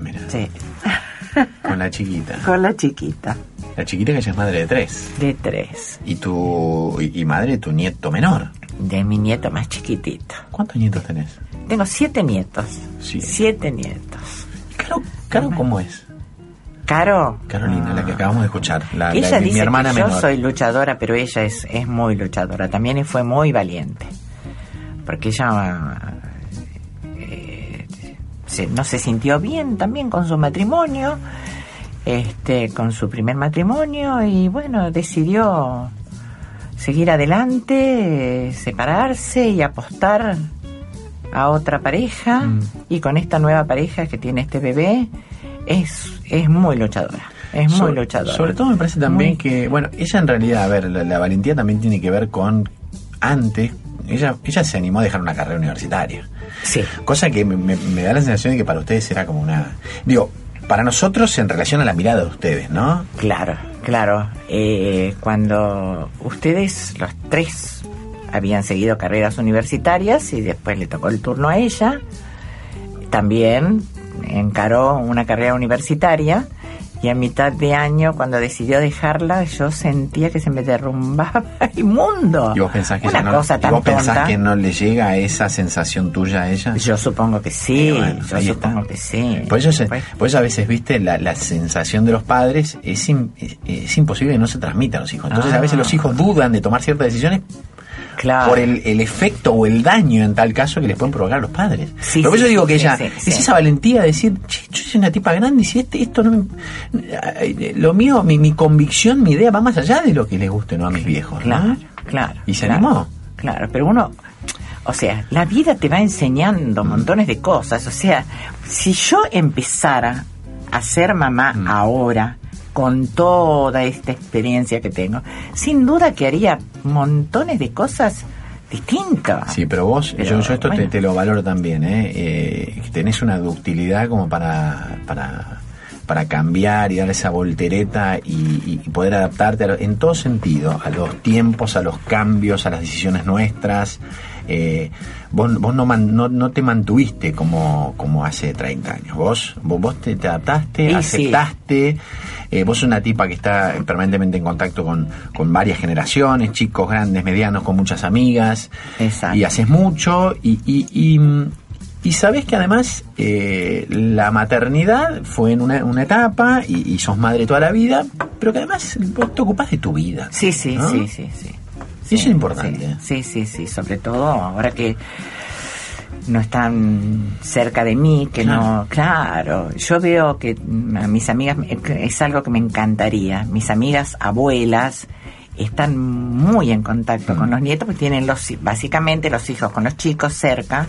B: Mira.
C: Sí.
B: Con la chiquita.
C: Con la chiquita
B: La chiquita que ya es madre de tres.
C: de tres,
B: Y tu. Y y madre de tu nieto menor.
C: de mi nieto más chiquitito.
B: ¿Cuántos nietos tenés?
C: Tengo siete nietos.
B: Siete.
C: Siete nietos.
B: Caro, Caro, ¿cómo es?
C: Caro.
B: Carolina, la que acabamos de escuchar. La, la-
C: Ah. Ella
B: mi-
C: dice
B: mi hermana
C: que yo
B: menor.
C: soy luchadora, pero ella es, es muy luchadora. También fue muy valiente. Porque ella eh, se- no se sintió bien también con su matrimonio, este, con su primer matrimonio, y bueno, decidió seguir adelante, eh, separarse y apostar a otra pareja.
B: Mm.
C: Y con esta nueva pareja que tiene este bebé, es, es muy luchadora. Es muy
B: Sobre-
C: luchadora.
B: Sobre todo me parece también
C: Muy.
B: que, bueno, ella en realidad, a ver, la, la valentía también tiene que ver con antes. Ella, ella se animó a dejar una carrera universitaria.
C: Sí.
B: Cosa que me, me- me da la sensación de que para ustedes era como una. Digo, para nosotros en relación a la mirada de ustedes, ¿no?
C: Claro, claro. Eh, cuando ustedes, los tres, habían seguido carreras universitarias y después le tocó el turno a ella, también encaró una carrera universitaria y a mitad de año, cuando decidió dejarla, yo sentía que se me derrumbaba [laughs] el mundo.
B: ¿Y vos pensás que,
C: Una
B: ya no,
C: cosa
B: y
C: tan
B: vos pensás
C: tonta.
B: que no le llega esa sensación tuya a ella?
C: Yo supongo que sí,
B: Y bueno,
C: yo
B: ahí
C: supongo
B: está.
C: que sí.
B: Por eso, se-
C: Pues,
B: por eso a veces, viste, la, la sensación de los padres es, im- es, es imposible que no se transmita a los hijos. Entonces
C: Ah.
B: a veces los hijos dudan de tomar ciertas decisiones
C: claro.
B: por el, el efecto o el daño en tal caso que les pueden provocar a los padres.
C: Sí,
B: Pero por
C: sí,
B: eso digo que
C: sí,
B: ella
C: sí,
B: es
C: sí.
B: esa valentía de decir, che, yo soy una tipa grande y si este, esto no me- Lo mío, mi, mi convicción, mi idea va más allá de lo que les guste no a mis viejos. ¿no?
C: Claro, claro.
B: ¿Y se
C: claro,
B: animó?
C: Claro, pero uno, o sea, la vida te va enseñando
B: Mm.
C: montones de cosas. O sea, si yo empezara a ser mamá
B: Mm.
C: ahora, con toda esta experiencia que tengo, sin duda que haría montones de cosas distintas.
B: Sí, pero vos,
C: Pero,
B: yo, yo esto te,
C: bueno.
B: te lo valoro también, ¿eh? Eh, que tenés una ductilidad como para, para, para cambiar y dar esa voltereta y, y poder adaptarte a lo- en todo sentido, a los tiempos, a los cambios, a las decisiones nuestras. Eh, vos vos no, man- no, no te mantuviste como, como hace 30 años. Vos, vos, vos te, te adaptaste,
C: Y sí.
B: aceptaste. Eh, vos sos una tipa que está permanentemente en contacto con, con varias generaciones, chicos grandes, medianos, con muchas amigas
C: Exacto.
B: y haces mucho y, y, y, y sabes que además eh, la maternidad fue en una, una etapa y, y sos madre toda la vida, pero que además vos te ocupás de tu vida.
C: Sí, sí,
B: ¿no?
C: sí, sí, sí.
B: Eso es importante.
C: Sí, sí, sí, sobre todo ahora que no están cerca de mí, que no, claro, yo veo que mm, a mis amigas eh, que es algo que me encantaría, mis amigas abuelas están muy en contacto con los nietos, porque tienen los hi- básicamente los hijos con los chicos cerca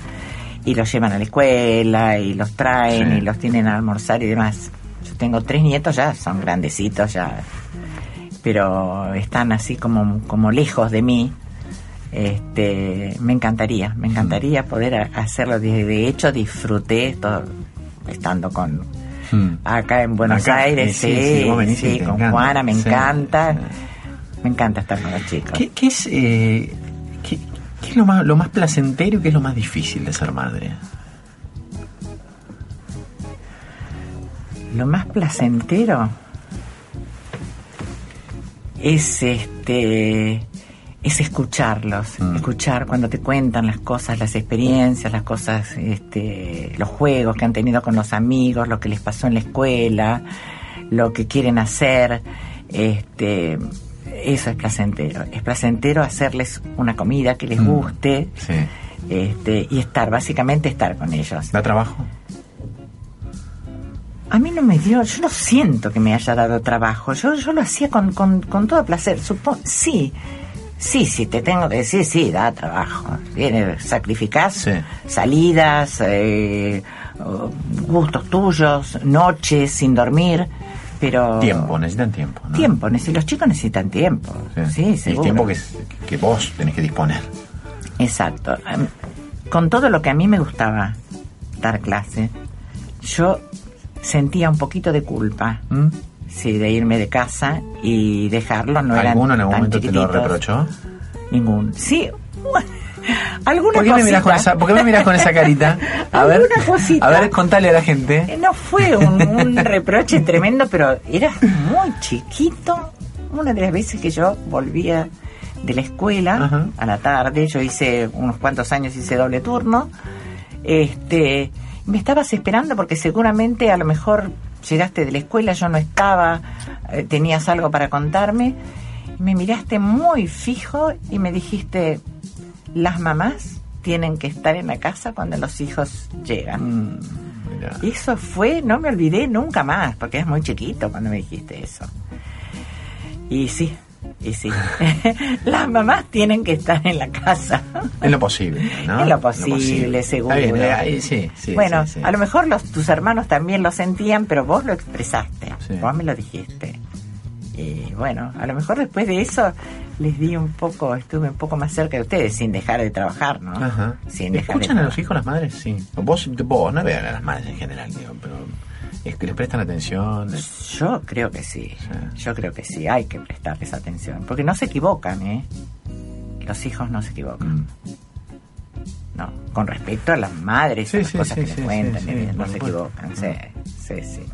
C: y los llevan a la escuela y los traen
B: Sí.
C: y los tienen a almorzar y demás. Yo tengo tres nietos ya, son grandecitos ya, pero están así como, como lejos de mí. Este, me encantaría, me
B: Mm.
C: encantaría poder a- hacerlo. De, de hecho, disfruté esto estando con
B: Mm.
C: acá en Buenos
B: Acá,
C: Aires,
B: sí,
C: sí,
B: sí, vos venís y
C: sí,
B: te
C: con
B: encanta.
C: Juana, me
B: Sí,
C: encanta,
B: sí.
C: me encanta estar con los chicos.
B: ¿Qué, qué es, eh, qué, qué es lo, más, lo más placentero y qué es lo más difícil de ser madre?
C: Lo más placentero es este es escucharlos,
B: Mm.
C: escuchar cuando te cuentan las cosas, las experiencias, las cosas, este, los juegos que han tenido con los amigos, lo que les pasó en la escuela, lo que quieren hacer, este, eso es placentero. Es placentero hacerles una comida que les
B: Mm.
C: guste,
B: Sí.
C: este, y estar, básicamente estar con ellos.
B: ¿Da trabajo?
C: A mí no me dio, yo no siento que me haya dado trabajo. Yo, yo lo hacía con, con, con todo placer. Supo- sí, sí, sí, te tengo que decir, sí, da trabajo. Viene, sacrificás
B: Sí.
C: salidas, eh, oh, gustos tuyos, noches sin dormir, pero.
B: Tiempo, necesitan tiempo. ¿no?
C: Tiempo, neces- los chicos necesitan tiempo. Sí,
B: Y
C: seguro.
B: tiempo que, que vos tenés que disponer.
C: Exacto. Am- Con todo lo que a mí me gustaba dar clase, yo sentía un poquito de culpa.
B: ¿Mm?
C: Sí, de irme de casa y dejarlo no era
B: ¿Alguno en algún
C: tan
B: momento te lo
C: chiquititos.
B: reprochó?
C: Ningún. Sí. [laughs] Alguna
B: ¿Por qué, me mirás con
C: cosita.
B: esa, por qué me mirás con esa
C: [laughs]
B: carita? A ver,
C: Alguna cosita.
B: a ver, contale a la
C: Eh,
B: gente.
C: No fue un, un reproche tremendo, pero eras muy chiquito. Una de las veces que yo volvía de la escuela
B: Ajá.
C: a la tarde, yo hice unos cuantos años, hice doble turno. Este, me estabas esperando porque seguramente a lo mejor llegaste de la escuela, yo no estaba, eh, tenías algo para contarme. Me miraste muy fijo y me dijiste, las mamás tienen que estar en la casa cuando los hijos llegan.
B: Mm, mirá.
C: Eso fue, no me olvidé nunca más, porque es muy chiquito cuando me dijiste eso. Y sí,
B: [laughs]
C: y sí. [laughs] Las mamás tienen que estar en la casa.
B: En lo posible, ¿no?
C: En lo posible, seguro.
B: Está bien, eh, ahí sí, sí,
C: bueno,
B: sí, sí.
C: a lo mejor los, tus hermanos también lo sentían, pero vos lo expresaste,
B: Sí.
C: vos me lo dijiste. Y bueno, a lo mejor después de eso les di un poco, estuve un poco más cerca de ustedes, sin dejar de trabajar, ¿no?
B: Ajá.
C: Sin dejar de
B: ¿Escuchan a los
C: trabajar.
B: hijos las madres? Sí. Vos, vos no vean a las madres en general, digo, pero es que les prestan atención.
C: Pues Yo creo que sí.
B: Sí.
C: Yo creo que sí. Hay que prestarles atención. Porque no se equivocan, ¿eh? Los hijos no se equivocan.
B: Mm.
C: No. con respecto a las madres,
B: Sí,
C: a las
B: sí,
C: cosas
B: sí,
C: que les
B: sí,
C: cuentan,
B: sí,
C: eh,
B: sí,
C: no
B: por
C: se
B: supuesto. Mm.
C: equivocan. Sí, sí, sí.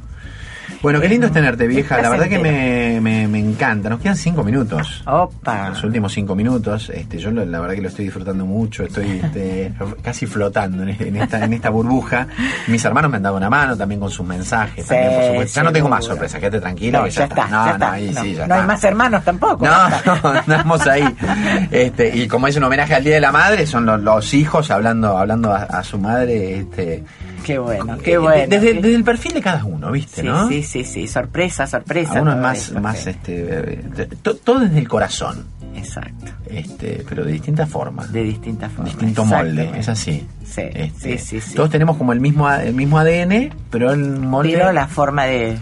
B: Bueno, qué lindo es tenerte, vieja. La
C: Estás
B: verdad que me, me, me encanta. Nos quedan cinco minutos.
C: Opa.
B: Los últimos cinco minutos. Este, yo lo- la verdad que lo estoy disfrutando mucho. Estoy
C: [laughs]
B: este, casi flotando en, en esta, en esta burbuja. Mis hermanos me han dado una mano también con sus mensajes.
C: Sí,
B: también, por supuesto. Ya
C: sí,
B: no tengo
C: seguro.
B: más sorpresas. Quédate tranquila.
C: No,
B: que
C: ya está,
B: No,
C: ya
B: no,
C: está.
B: ahí sí, ya
C: No hay
B: está.
C: más hermanos
B: [laughs]
C: tampoco.
B: No, no, andamos ahí. Este, y como es un homenaje al Día de la Madre, son los, los hijos hablando, hablando a, a su madre. Este,
C: Qué bueno, qué
B: eh,
C: bueno.
B: Desde,
C: qué-
B: desde el perfil de cada uno, ¿viste?
C: sí,
B: ¿no?
C: sí, sí, sí, sorpresa, sorpresa.
B: A uno es
C: todo
B: más,
C: eso,
B: más
C: sí.
B: este, eh, de- to- todo desde el corazón,
C: Exacto.
B: este, pero de distintas formas,
C: De
B: de
C: distintas formas.
B: distinto molde, es
C: exactamente.
B: así.
C: Sí,
B: Este,
C: sí, sí, sí.
B: Todos tenemos como el mismo, a- el mismo ADN, pero el molde.
C: Pero la forma de,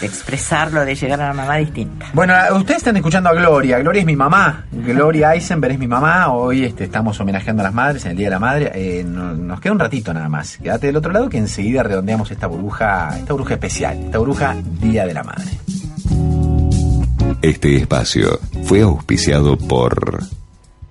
C: de expresarlo, de llegar a la mamá distinta.
B: Bueno, a- ustedes están escuchando a Gloria. Gloria es mi mamá. Gloria Eisenberg es mi mamá. Hoy este, estamos homenajeando a las madres en el Día de la Madre. Eh, no- nos queda un ratito nada más. Quédate del otro lado que enseguida redondeamos esta burbuja, esta burbuja especial, esta burbuja Día de la Madre.
A: Este espacio fue auspiciado por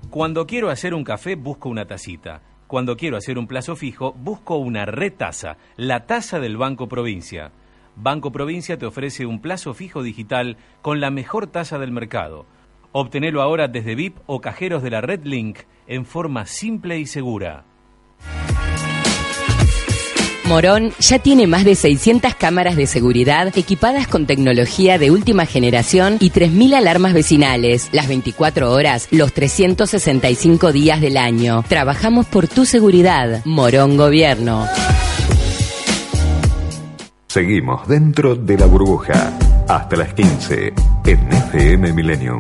E: Cuando quiero hacer un café, busco una tacita. Cuando quiero hacer un plazo fijo, busco una retasa, la tasa del Banco Provincia. Banco Provincia te ofrece un plazo fijo digital con la mejor tasa del mercado. Obtenelo ahora desde VIP o cajeros de la Red Link en forma simple y segura.
J: Morón ya tiene más de 600 cámaras de seguridad equipadas con tecnología de última generación y 3.000 alarmas vecinales, las 24 horas, los 365 días del año. Trabajamos por tu seguridad, Morón Gobierno.
A: Seguimos dentro de la burbuja hasta las 15 en FM Millennium.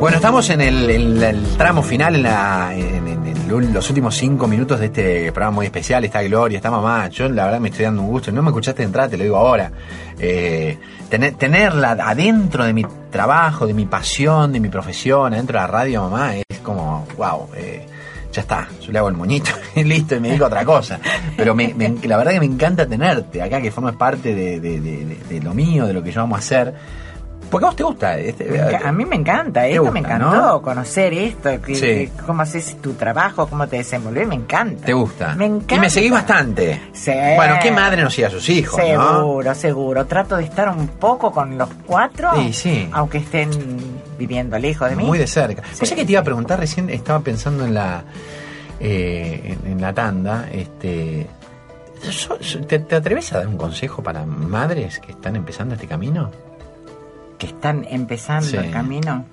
B: Bueno, estamos en el, en el tramo final, en, la- en- en- en lo- los últimos cinco minutos de este programa muy especial. Está Gloria, está mamá. Yo la verdad me estoy dando un gusto. No me escuchaste entrar, te lo digo ahora. Eh, tener- tenerla adentro de mi trabajo, de mi pasión, de mi profesión, adentro de la radio, mamá, es como, wow. eh, ya está, yo le hago el moñito [laughs] y listo y me dedico a otra cosa. Pero me- me- la verdad que me encanta tenerte acá, que formes parte de, de- de- de- de lo mío, de lo que yo vamos a hacer. Porque a vos te gusta. este-
C: Me enca- A mí me encanta,
B: Te
C: esto me
B: gusta,
C: encantó,
B: ¿no?
C: conocer esto, que,
B: Sí.
C: que cómo haces tu trabajo, cómo te desenvolves, me encanta.
B: Te gusta.
C: Me encanta.
B: Y me seguís bastante.
C: Sí.
B: Bueno, ¿qué madre no sigue a sus hijos? ¿no?
C: Seguro, seguro. Trato de estar un poco con los cuatro,
B: Sí, sí.
C: aunque estén viviendo lejos de mí.
B: Muy de cerca.
C: Sí.
B: Pues que te iba a preguntar, recién estaba pensando en la eh, en, en la tanda, este. so- so- ¿Te, te atreves a dar un consejo para madres que están empezando este camino?
C: que están empezando
B: Sí.
C: el camino.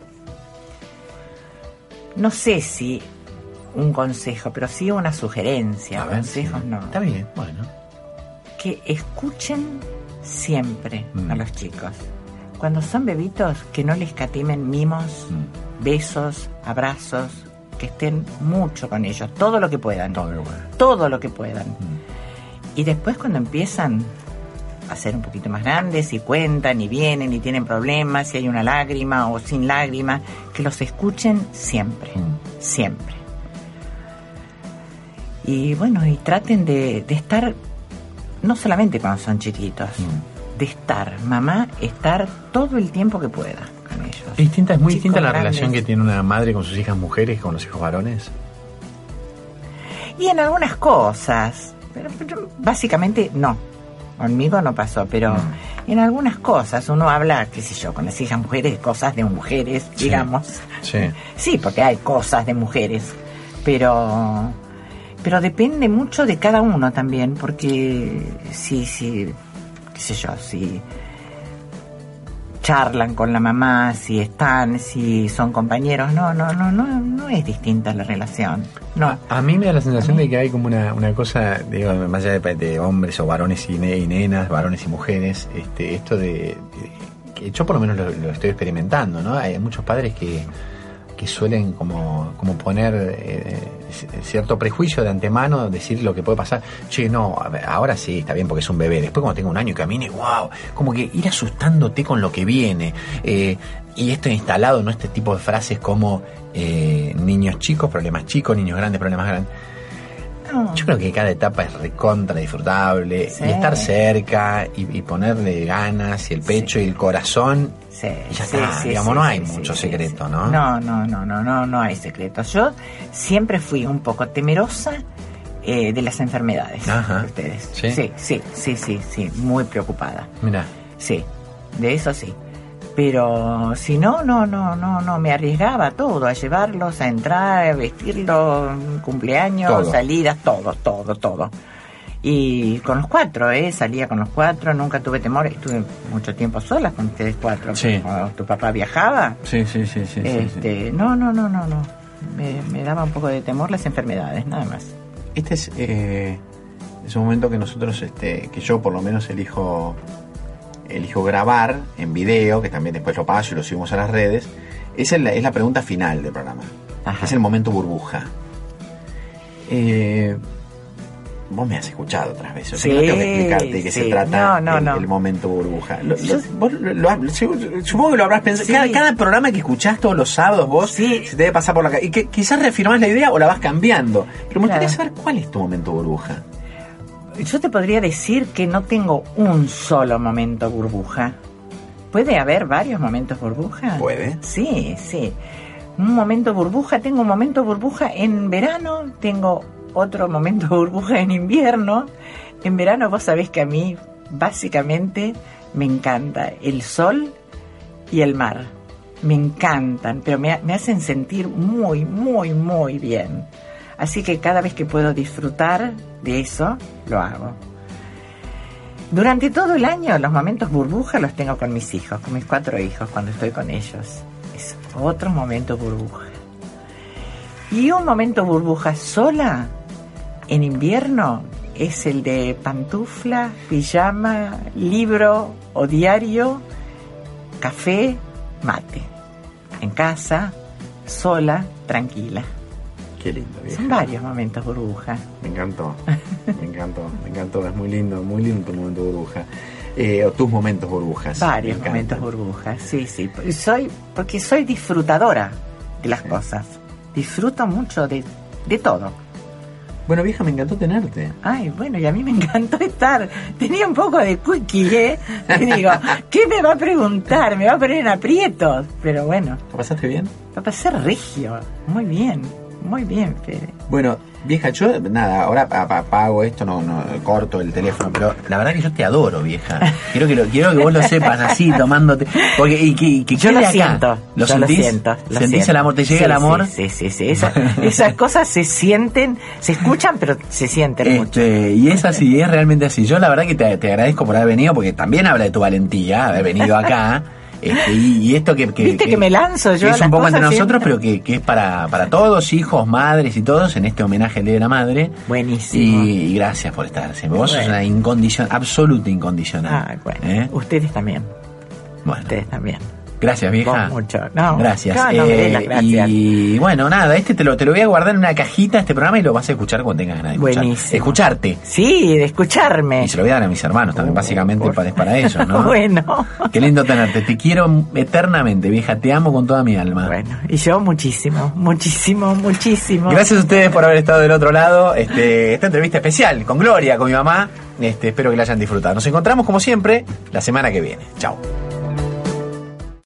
C: No sé si un consejo, pero sí una sugerencia. Consejos
B: sí.
C: no.
B: Está bien, bueno.
C: Que escuchen siempre
B: Mm.
C: a los chicos. Cuando son bebitos, que no les catimen mimos,
B: Mm,
C: besos, abrazos, que estén mucho con ellos, todo lo que puedan.
B: Todo lo bueno.
C: todo lo que puedan.
B: Mm.
C: Y después cuando empiezan a ser un poquito más grandes y cuentan y vienen y tienen problemas, si hay una lágrima o sin lágrima, que los escuchen siempre,
B: Mm.
C: siempre. Y bueno, y traten de, de estar, no solamente cuando son chiquitos, de estar, mamá, estar todo el tiempo que pueda con ellos.
B: Distinta, es muy
C: Chicos
B: distinta la
C: grandes.
B: relación que tiene una madre con sus hijas mujeres que con los hijos varones.
C: Y en algunas cosas. Pero, pero básicamente no. Conmigo no pasó, pero en algunas cosas uno habla, qué sé yo, con las hijas mujeres, cosas de mujeres,
B: Sí.
C: digamos.
B: Sí.
C: Sí, porque hay cosas de mujeres, pero pero depende mucho de cada uno también, porque si si qué sé yo, si charlan con la mamá, si están, si son compañeros, no, no, no, no, no es distinta la relación. No.
B: A mí me da la sensación de que hay como una, una cosa, digo, más allá de, de hombres o varones y, ne- y nenas, varones y mujeres, este, esto de, de- que yo por lo menos lo, lo estoy experimentando, ¿no? Hay muchos padres que, que suelen como, como poner eh, c- cierto prejuicio de antemano, decir lo que puede pasar. Che, no, a ver, ahora sí, está bien porque es un bebé. Después cuando tenga un año y camine, wow, como que ir asustándote con lo que viene. Eh, y esto instalado, ¿no? Este tipo de frases como eh, niños chicos, problemas chicos, niños grandes, problemas grandes.
C: No.
B: Yo creo que cada etapa es recontra disfrutable
C: Sí.
B: y estar cerca y, y ponerle ganas y el pecho y el corazón.
C: Sí,
B: Y ya
C: sí,
B: está,
C: sí,
B: digamos,
C: sí,
B: no
C: sí,
B: hay
C: sí,
B: mucho
C: sí,
B: secreto,
C: sí.
B: ¿no?
C: No, no, no, no, no, no hay secretos. Yo siempre fui un poco temerosa eh, de las enfermedades
B: Ajá.
C: de ustedes.
B: Sí.
C: sí, sí, sí, sí, sí, muy preocupada.
B: Mira,
C: Sí, de eso sí. Pero si no, no, no, no, no, me arriesgaba a todo, a llevarlos, a entrar, a vestirlos, cumpleaños,
B: Todo.
C: salidas, todo, todo, todo. Y con los cuatro, ¿eh? Salía con los cuatro, nunca tuve temor, estuve mucho tiempo sola con ustedes cuatro.
B: Sí.
C: Cuando tu papá viajaba,
B: sí, sí, sí, sí.
C: este, no, no, no, no, no. Me, me daba un poco de temor las enfermedades, nada más.
B: Este es, eh, es un momento que nosotros, este, que yo por lo menos elijo, elijo grabar en video, que también después lo paso y lo subimos a las redes. Es, el- es la pregunta final del programa.
C: Ajá.
B: Es el momento burbuja. Eh, vos me has escuchado otras veces. así que no
C: Sí,
B: tengo que explicarte de qué
C: sí.
B: se trata
C: No, no,
B: el,
C: no.
B: el momento burbuja. Lo- lo-
C: Yo-
B: vos lo- lo hablas, seguro- supongo que lo habrás pensado.
C: Sí.
B: Cada, cada programa que escuchás todos los sábados vos
C: Sí.
B: se te debe pasar por la cabeza. Y que, quizás reafirmás la idea o la vas cambiando. Pero me
C: Claro.
B: gustaría saber cuál es tu momento burbuja.
C: Yo te podría decir que no tengo un solo momento burbuja. ¿Puede haber varios momentos burbuja?
B: Puede.
C: Sí, sí. Un momento burbuja, tengo un momento burbuja en verano, tengo otro momento [laughs] burbuja en invierno. En verano vos sabés que a mí básicamente me encanta el sol y el mar. Me encantan, pero me, me hacen sentir muy, muy, muy bien. Así que cada vez que puedo disfrutar de eso, lo hago. Durante todo el año los momentos burbuja los tengo con mis hijos, con mis cuatro hijos, cuando estoy con ellos. Es otro momento burbuja. Y un momento burbuja sola en invierno es el de pantufla, pijama, libro o diario, café, mate. En casa, sola, tranquila.
B: Qué lindo, vieja.
C: Son varios momentos burbuja.
B: Me encantó, me encantó, me encantó. Es muy lindo, muy lindo tu momento burbuja. Eh, o tus momentos burbujas.
C: Varios
B: Me encantan.
C: momentos burbuja, sí, sí. Y Soy, porque soy disfrutadora de las cosas. Disfruto mucho de, de todo.
B: Bueno, vieja, me encantó tenerte.
C: Ay, bueno, y a mí me [laughs] encantó estar. Tenía un poco de quickie, ¿eh? Y digo, ¿qué me va a preguntar? Me va a poner en aprietos. Pero bueno,
B: ¿Lo pasaste bien?
C: va a pasar regio. Muy bien, muy bien, Fede.
B: Bueno, vieja, yo nada, ahora ap- apago esto, no, no corto el teléfono, pero la verdad que yo te adoro, vieja. Quiero que lo, quiero que vos lo sepas así, tomándote. Porque y, que- y que
C: Yo
B: quede
C: lo
B: acá.
C: siento.
B: ¿Lo
C: yo
B: sentís?
C: Lo siento, lo
B: ¿Sentís
C: siento.
B: el amor? ¿Te llega
C: Sí,
B: el amor?
C: Sí, sí, sí. sí.
B: [laughs]
C: Esa- esas cosas se sienten, se escuchan, pero se sienten mucho.
B: Este, y es así, es realmente así. Yo la verdad que te, te agradezco por haber venido, porque también habla de tu valentía, haber venido
C: [laughs]
B: acá. Este, y, y esto que, que-
C: Viste que me lanzo yo
B: que
C: a
B: es
C: las
B: un poco
C: cosas
B: entre
C: siempre.
B: nosotros, pero que, que es para, para todos, hijos, madres y todos, en este homenaje al Día de la Madre.
C: Buenísimo.
B: Y, y gracias por estar siempre. Vos sos
C: Bueno.
B: una incondicional, absoluta incondicional.
C: Ah, bueno.
B: ¿Eh?
C: Ustedes también.
B: Bueno,
C: Ustedes también.
B: gracias, vieja.
C: Vos mucho. No,
B: gracias. Eh,
C: no, no me des las gracias.
B: Y bueno, nada, este te lo, te lo voy a guardar en una cajita, este programa, y lo vas a escuchar cuando tengas ganas de escuchar.
C: Buenísimo.
B: escucharte.
C: Sí, de escucharme.
B: Y se lo voy a dar a mis hermanos también,
C: Oh,
B: básicamente
C: por-
B: para, es para ellos, ¿no?
C: [laughs] bueno.
B: Qué lindo tenerte. Te quiero eternamente, vieja. Te amo con toda mi alma.
C: Bueno, y yo muchísimo, muchísimo, muchísimo.
B: Gracias a ustedes por haber estado del otro lado. Este, esta entrevista especial con Gloria, con mi mamá. Este, espero que la hayan disfrutado. Nos encontramos, como siempre, la semana que viene. Chao.